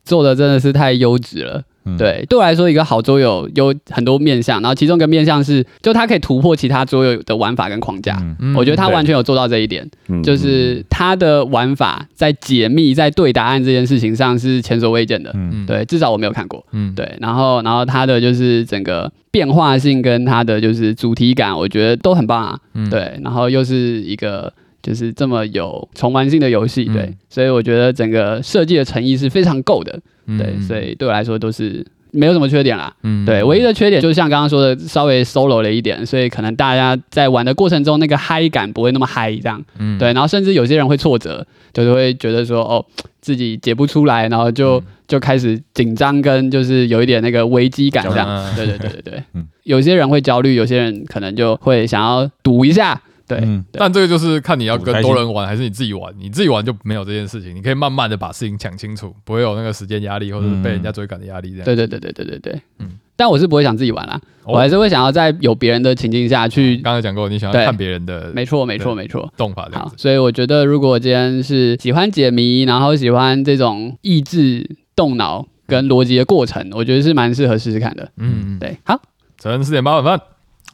E: 做的真的是太优质了。
A: 嗯，
E: 对，对我来说，一个好桌游有很多面向，然后其中一个面向是，就它可以突破其他桌游的玩法跟框架。
A: 嗯，
C: 嗯
E: 我觉得他
B: 对
E: 完全有做到这一点，
B: 嗯
E: 就是他的玩法在解密、在对答案这件事情上是前所未见的。
A: 嗯，
E: 对，至少我没有看过。
C: 嗯，
E: 对，然后然后它的就是整个变化性跟它的就是主题感，我觉得都很棒啊。
C: 嗯
E: 对，然后又是一个就是这么有重玩性的游戏，对，
C: 嗯
E: 所以我觉得整个设计的诚意是非常够的。
C: 嗯
E: 对，所以对我来说都是没有什么缺点啦。
C: 嗯，
E: 对，唯一的缺点就是像刚刚说的，稍微 solo 了一点，所以可能大家在玩的过程中那个嗨感不会那么嗨，这样。
C: 嗯
E: 对，然后甚至有些人会挫折，就是会觉得说，哦，自己解不出来，然后就、
C: 嗯
E: 就开始紧张，跟就是有一点那个危机感这
C: 焦虑
E: 样。对对对对对，
A: 嗯
E: 有些人会焦虑，有些人可能就会想要赌一下。 对，
A: 嗯
C: 但这个就是看你要
A: 我
C: 跟
A: 开心
C: 多人玩还是你自己玩，你自己玩就没有这件事情，你可以慢慢的把事情讲清楚，不会有那个时间压力或者是被人家追赶的压力这样。
E: 对对对对对对对。
C: 嗯
E: 但我是不会想自己玩啦，
C: 哦
E: 我还是会想要在有别人的情境下去。
C: 刚才讲过，你想要
E: 对
C: 看别人的
E: 没错，没错，没错。
C: 动法这样
E: 好
C: 子，。
E: 所以我觉得，如果今天是喜欢解谜，然后喜欢这种益智、动脑跟逻辑的过程，我觉得是蛮适合试试看的。
C: 嗯，嗯，
E: 对，好，
C: 成人四点八哦晚饭，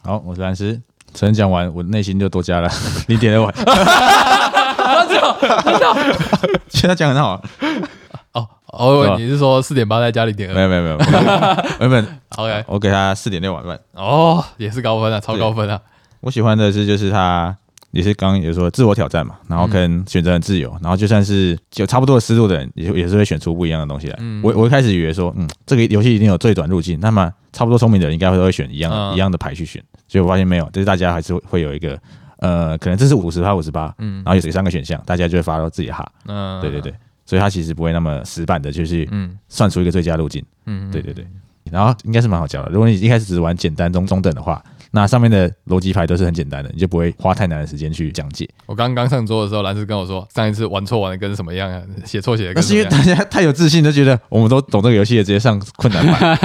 A: 好，我是蓝斯。陈讲完，我内心就多加了 零点二万。 其实他讲得很好，
C: 哦哦，
A: 是吧
C: 你是说四点八再加零点
A: 没
C: 二
A: 有没有没有， 我原本
C: ？OK，
A: 我给他四点六万。
C: 哦，也是高分啊，超高分啊。
A: 我喜欢的是，就是他也是刚刚也说自我挑战嘛，然后跟选择很自由，然后就算是有差不多的思路的人，也也是会选出不一样的东西来。我我一开始以为说，嗯，这个游戏一定有最短路径，那么差不多聪明的人应该会都会选一样、
C: 嗯
A: 一样的牌去选，结果发现没有，就是大家还是会有一个。呃，可能这是五十趴五十八，嗯，然后有这三个选项，大家就会发到自己的哈，
C: 嗯，
A: 对对对，所以他其实不会那么死板的，就是
C: 嗯
A: 算出一个最佳路径，
C: 嗯，嗯
A: 对对对，然后应该是蛮好教的。如果你一开始只玩简单中中等的话，那上面的逻辑牌都是很简单的，你就不会花太难的时间去讲解。
C: 我刚刚上桌的时候，蓝斯跟我说，上一次玩错玩的跟什么样啊，写错写的
A: 那
C: 跟
A: 是
C: 什
A: 因
C: 么
A: 为
C: 样。
A: 大家 太有自信，就觉得我们都懂这个游戏，也直接上困难 版，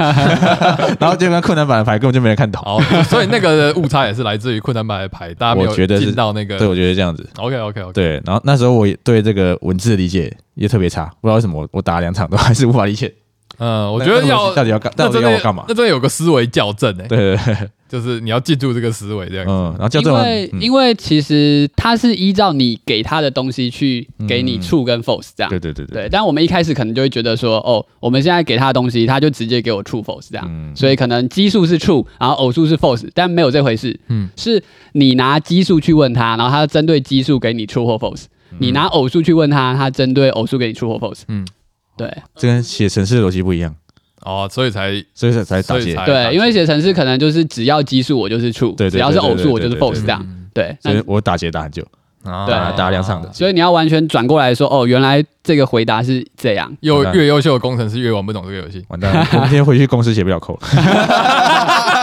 A: 然后结果困难版的牌根本就没人看懂。
C: 好，所以那个误差也是来自于困难牌的牌，大家哦没有
A: 我觉得是
C: 进到那个
A: 对，我觉得这样子。
C: OK OK OK，
A: 对，然后那时候我也对这个文字的理解也特别差，不知道为什么我我打了两场都还是无法理解。
C: 嗯，我觉得
A: 那那个
C: 要
A: 游戏到底要干，
C: 那
A: 到底
C: 真
A: 要
C: 的
A: 我干嘛
C: 那？真的有个思维校正哎、
A: 对对对，对
C: 就是你要记住这个思维这样。
A: 嗯，然后校
E: 因
A: 正完，
E: 为、
A: 嗯
E: 因为其实它是依照你给他的东西去给你
A: 嗯
E: true 跟 false 这样。
A: 对对对对，
E: 对，但我们一开始可能就会觉得说，哦，我们现在给他的东西，他就直接给我 true false 这样，
A: 嗯
E: 所以可能奇数是 true，然后偶数是 false，但没有这回事，
C: 嗯
E: 嗯，是你拿奇数去问他，然后他针对奇数给你 true 或 false，、你
A: 嗯
E: 拿偶数去问他，他针对偶数给你 true 或 false，
C: 嗯
E: 嗯，对
A: 这跟写程式的逻辑不一样，
C: 哦，所以才
A: 所以才才打
C: 所以
A: 结。
C: 才打
E: 对，因为写程式可能就是只要奇数我就是 true，
A: 对对对
E: 只要是偶数我就是
A: 对对对嗯
E: false 这样，对，
A: 所
E: 那
A: 以我打结打很久，
C: 啊
E: 对
A: 打两场的
E: 所以你要完全转过来说，哦，原来这个回答是这样，
C: 又
A: 完蛋
C: 越优秀的工程师越玩不懂这个游戏。
A: 完蛋了，我明天回去公司写不了扣。这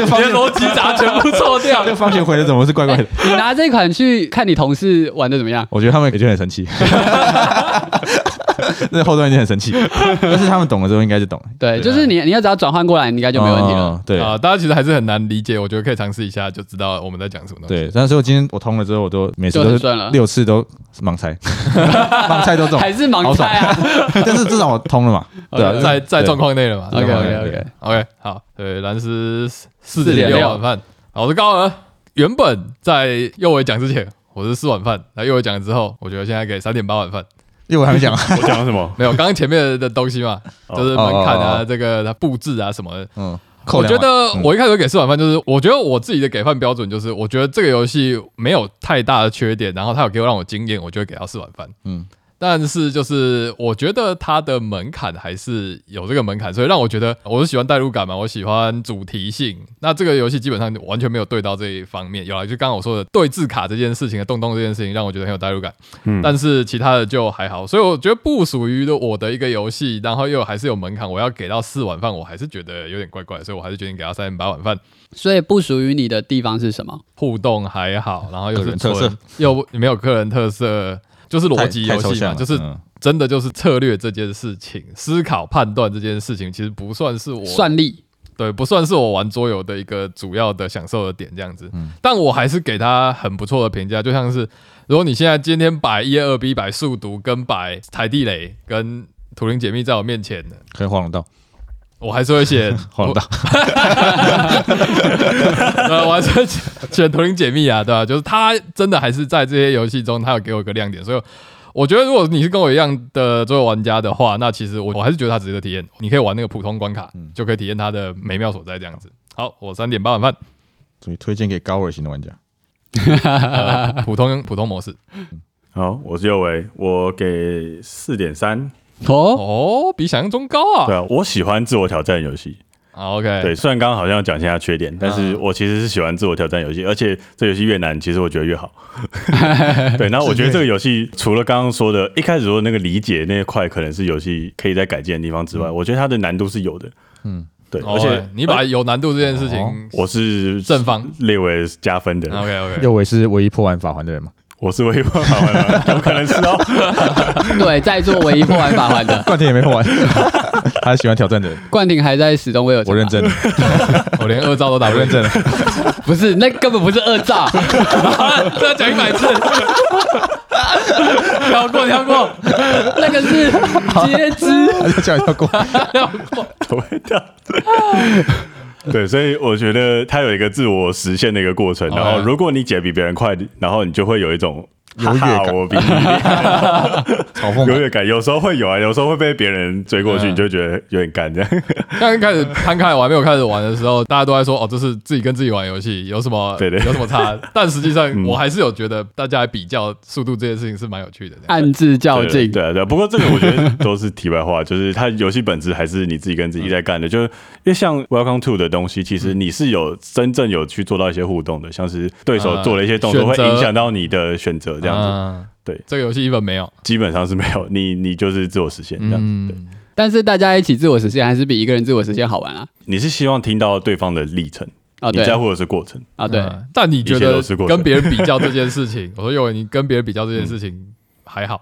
A: 个方
C: 连
A: 向，
C: 逻辑闸全部错掉
A: 这个方向回的怎么是怪怪的？
E: 你拿这款去看你同事玩的怎么样。
A: 我觉得他们也就很生气。 那后端已经很生气，但是他们懂了之后应该就懂了，
E: 对，就是你，你要只要转换过来，你应该就没问题了。
A: 哦。对
C: 啊！大家其实还是很难理解，我觉得可以尝试一下，就知道我们在讲什么东西。
A: 对，但是我今天我通了之后，我都每次
E: 就
A: 都
E: 很
A: 是
E: 顺了
A: 六次都盲猜， 盲猜都中，
E: 还是盲猜啊。
A: 但是至少我通了嘛。对啊，
C: 哦呃在在
A: 对
C: 状况内了嘛。
A: 对
E: OK，OK，OK
A: 对
C: OK，好，对，蓝斯四点
E: 点
C: 六
E: 六
C: 碗饭。好，我是高额。原本在右伟讲之前，我是四碗饭，那右伟讲了之后，我觉得现在给三点八碗饭。
A: 因为我还没讲 啊，
B: 嗯 我讲了什么？
C: 没有，刚刚前面的东西 嘛，就是门槛
A: 哦哦
C: 啊，
A: 哦
C: 这个它布置啊什么的。
A: 嗯， 扣
C: 我觉
A: 两嗯碗
C: 得我一开始会给四碗饭，就是我觉得我自己的给饭标准就是，我觉得这个游戏没有太大的缺点，然后它有给我让我惊艳，我就会给到四碗饭。嗯
A: 嗯，
C: 但是就是我觉得它的门槛还是有这个门槛，所以让我觉得哦我是喜欢代入感嘛，我喜欢主题性。那这个游戏基本上完全没有对到这一方面，有啊，就刚刚我说的对字卡这件事情的洞洞这件事情，让我觉得很有代入感。
B: 嗯
C: 但是其他的就还好，所以我觉得不属于我的一个游戏，然后又还是有门槛，我要给到四碗饭，我还是觉得有点怪怪，所以我还是决定给到三点八碗饭。
E: 所以不属于你的地方是什么？
C: 互动还好，然后又
A: 个
C: 是
A: 人特色
C: 纯， 又没有个人特色，就是逻辑
A: 太
C: 游
A: 太抽
C: 戏嘛，
A: 象了
C: 就是
A: 嗯
C: 真的就是策略这件事情，思考判断这件事情，其实不算是我
E: 算力
C: 对，不算是我玩桌游的一个主要的享受的点这样子。但我还是给他很不错的评价，就像是如果你现在今天摆一二 B 摆速读跟摆台地雷跟图灵解密在我面前呢，
A: 可以晃龙到，
C: 我还是会写
A: 晃龙到，
C: 呃，我还是选图灵解密啊，对吧、就是他真的还是在这些游戏中，他有给我一个亮点，所以我觉得如果你是跟我一样的作为玩家的话，那其实我我还是觉得它值得体验。你可以玩那个普通关卡，就可以体验它的美妙所在这样子。好，我三点八碗饭，
A: 所以推荐给高尔型的 玩家。
C: 呃普通普通模式。
B: 好，我是右维，我给四点三，
E: 哦，
C: 哦，比想象中高啊。
B: 对啊，我喜欢自我挑战游戏。
C: 啊，OK，
B: 对，虽然刚刚好像要讲一下缺
C: 嗯
B: 点，但是我其实是喜欢自我挑战游戏，而且这游戏越难，其实我觉得越 好。对，然后我觉得这个游戏除了刚刚说的一开始说的那个理解那一块，可能是游戏可以在改进的地方之外，我觉得它的难度是有的。嗯
A: 嗯，
B: 对，
C: 嗯哦，
B: 而且
C: 哎你把有难度这件事情
A: 哦
B: 我是
C: 正方啊哦
B: 列为加分的，
C: ，OK OK，
A: 右尾是唯一破完法环的人嘛？
B: 我是 唯一办法玩的，有可能是哦。
E: 对，在座唯一破完法 环 的
A: 冠廷也没破完，他喜欢挑战的人，
E: 冠廷还在始终未有。
A: 我认，真了，
C: 我连二招都打
A: 我
C: 不
A: 认
C: 认真，
A: 真了。
E: 不是，那根本不是恶 兆，
C: 这要讲一 百次， 跳过跳过
E: 那个是截肢。
A: 他就叫你跳过，
C: 跳过，
B: 怎么会这样子对，所以我觉得它有一个自我实现的一个过
C: 哦
B: 程。然后，如果你解得比别人快，然后你就会有一种
A: 优越感
B: 哈哈我比你厉 害
A: 嘲讽
B: 优
A: 感。
B: 越感。有时候会有啊，有时候会被别人追过去，
C: 嗯
B: 你就会觉得有点干这样。
C: 刚刚开始摊开，我还没有开始玩的时候，大家都在说哦，这是自己跟自己玩游戏，有什么
B: 对对
C: 有什 么差？但实际上，
B: 嗯
C: 我还是有觉得大家来比较速度这件事情是蛮有趣的。
B: 啊
E: 暗自较
B: 对
E: 劲，
B: 对啊对啊。不过这个我觉得都是题外话，就是它游戏本质还是你自己跟自己在
C: 嗯
B: 干的。就是因为像 Welcome to 的东西，其实你是有真正有去做到一些互动的，像是对手
C: 嗯
B: 做了一些动作，会
C: 选择嗯
B: 影响到你的选择这样子。
C: 子，
B: 对
C: 啊这个游戏一本没有，
B: 基本上是没有，你你就是自我实现这样子。对，
C: 嗯，
E: 但是大家一起自我实现，还是比一个人自我实现好玩啊！
B: 你是希望听到对方的历程，
E: 啊，
B: 你
E: 对
B: 在乎的是过程。
E: 啊，对，
C: 嗯但你觉
B: 一切
C: 得
B: 都是过程
C: 跟别人比较这件事情，我说幼伟，你跟别人比较这件事情还好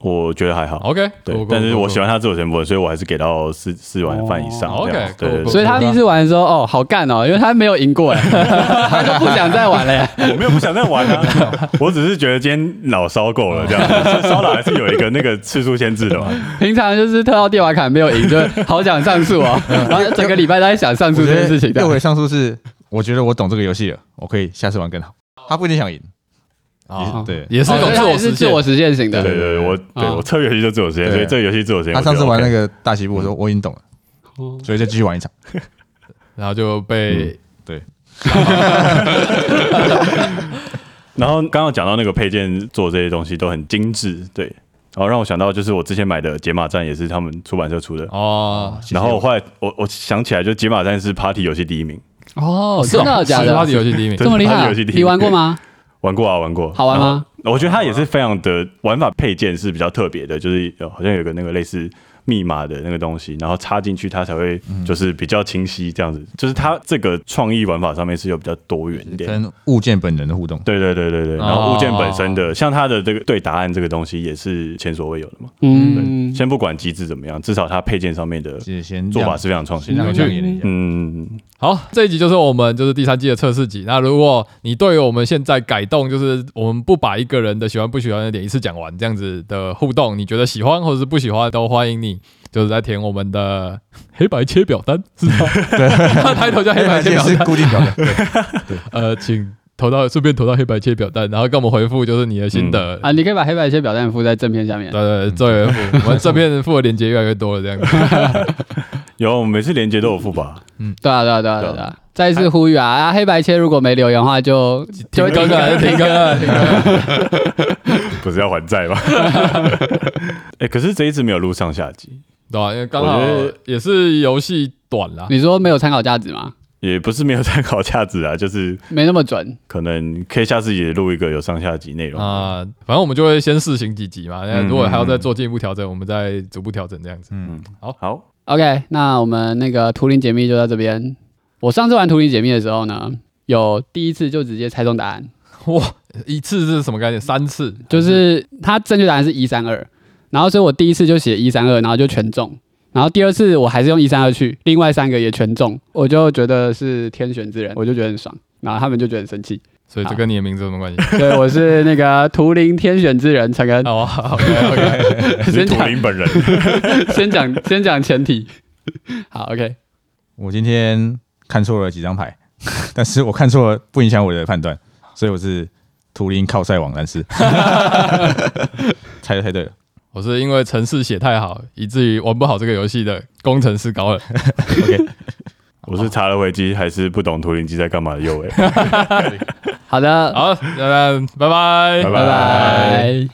B: 我觉得还好，
C: ，OK，
B: 啊对
C: cool，cool，
B: 但是
C: cool，
B: 我
C: cool
B: 喜欢他自我成分，所以我还是给到四四碗饭以上
C: 哦
B: 这样
C: OK，
B: 子。对对
C: cool，
B: 对，
E: 所以他第一次玩的时候，哦，好干哦，因为他没有赢过，哎，他就不想再玩了耶。
B: 我没有不想再玩啊，我只是觉得今天脑烧够了这样子，烧脑还是有一个那个次数限制的嘛。
E: 平常就是特到电玩卡没有赢，就好想上诉哦，然后整个礼拜都在想上诉
A: 我
E: 这
A: 觉
E: 件事情
A: 得右
E: 的。
A: 尾上诉是，我觉得我懂这个游戏了，我可以下次玩更好。他不一定想赢，
C: 啊，
A: 对，
C: 也是一种
E: 哦
C: 自
E: 他
C: 我
E: 也
C: 实
E: 是自
C: 现
E: 我。实现型
B: 对对
E: 的。
B: 对，我对
E: 啊
B: 我测游戏就自我实现，
A: 对
B: 所以这个游戏自我实现。
A: 他上次玩那
B: 个，
A: 个大西部，我说
B: 嗯
A: 我已经懂了，
E: 哦
A: 所以就继续玩一场。
C: 然后就
E: 嗯
C: 被
A: 对，
B: 然后刚刚讲到那个配件做这些东西都很精致，对，然后让我想到就是我之前买的解码站也是他们出版社出的，
C: 哦
B: 然后我后来我我想起来，就解码站是 Party 游戏第一名，
E: 哦，真的假
C: 是 party
E: 的？
C: 游戏第 一名
B: 对
E: 这么厉害啊
B: 游戏第一？名
E: 你玩过吗？
B: 玩过啊，玩过，
E: 好玩吗？
B: 然后？我觉得它也是非常的玩法配件是比较特别的，就是有好像有个那个类似密码的那个东西，然后插进去它才会就是比较清晰这样子，就是它这个创意玩法上面是有比较多元一点。
A: 跟物件本人的互动，
B: 对对对对对，然后物件本身的，像它的这个对答案这个东西也是前所未有的嘛。
E: 嗯，
B: 先不管机制怎么样，至少它配件上面的
A: 就是先
B: 做
A: 让
B: 法是非常创
A: 先
B: 新的。
A: 让亮眼了一下。
B: 嗯，
C: 好，这一集就是我们就是第三季的测试集。那如果你对于我们现在改动，就是我们不把一个人的喜欢不喜欢的点一次讲完这样子的互动，你觉得喜欢或者是不喜欢，都欢迎你就是在填我们的黑白切表单，是吧？ 对，抬头叫黑白切表
A: 是
C: 单。
A: 固定表的，
C: 呃，请投到顺便投到黑白切表单，然后跟我们回复就是你的心得。
E: 啊，你可以把黑白切表单附在正片下面。
C: 对对，对这边我们这边附的链接越来越多了， 这样子。
B: 有我们每次连接都有付吧？
E: 对啊，对啊，对啊，对啊对啊！再一次呼吁啊，啊黑白切如果没留言的话，就
C: 停
E: 就会
C: 更
E: 停
C: 了，
E: 更
C: 停
E: 停
C: 更
E: 更。
C: 了，停更了。
B: 不是要还债吗？ 哎、可是这一次没有录上下集，
C: 对啊，因为刚
B: 我
C: 好
B: 觉得
C: 也是游戏短啦。
E: 你说没有参考价值吗？
B: 也不是没有参考价值啊， 就是
E: 没那么准。
B: 可能可以下次也录一个有上下集内容。
C: 啊、反正我们就会先试行几集嘛。那
B: 嗯
C: 如果还要再做进一步调整，我们再逐步调整这样子。
A: 嗯，
B: 好，
E: OK，那我们那个图灵解密就到这边。我上次玩图灵解密的时候呢，有第一次就直接猜中答案，
C: 哇，一次是什么概念？三次
E: 就是它正确答案是一三二，然后所以我第一次就写一三二，然后就全中。然后第二次我还是用一三二去，另外三个也全中，我就觉得是天选之人，我就觉得很爽。然后他们就觉得很生气，
C: 所以这跟你的名字有什么关系？
E: 对，我是那个图灵天选之人陈恩。
C: 好啊，OK OK，
B: 你是
E: 先
B: 图
E: 讲
B: 灵本 人，
E: 先讲先讲前提。好，OK，
A: 我今天看错了几张牌， 但是我看错了不影响我的判断，所以我是图灵靠赛网蓝是， 猜的猜对了，
C: 我是因为城市写太好，以至于玩不好这个游戏的工程师高了。
B: 我是查了回机，还是不懂图灵机在干嘛的右尾。
E: 好的，
C: 好，那拜拜，拜
B: 拜
E: 拜拜。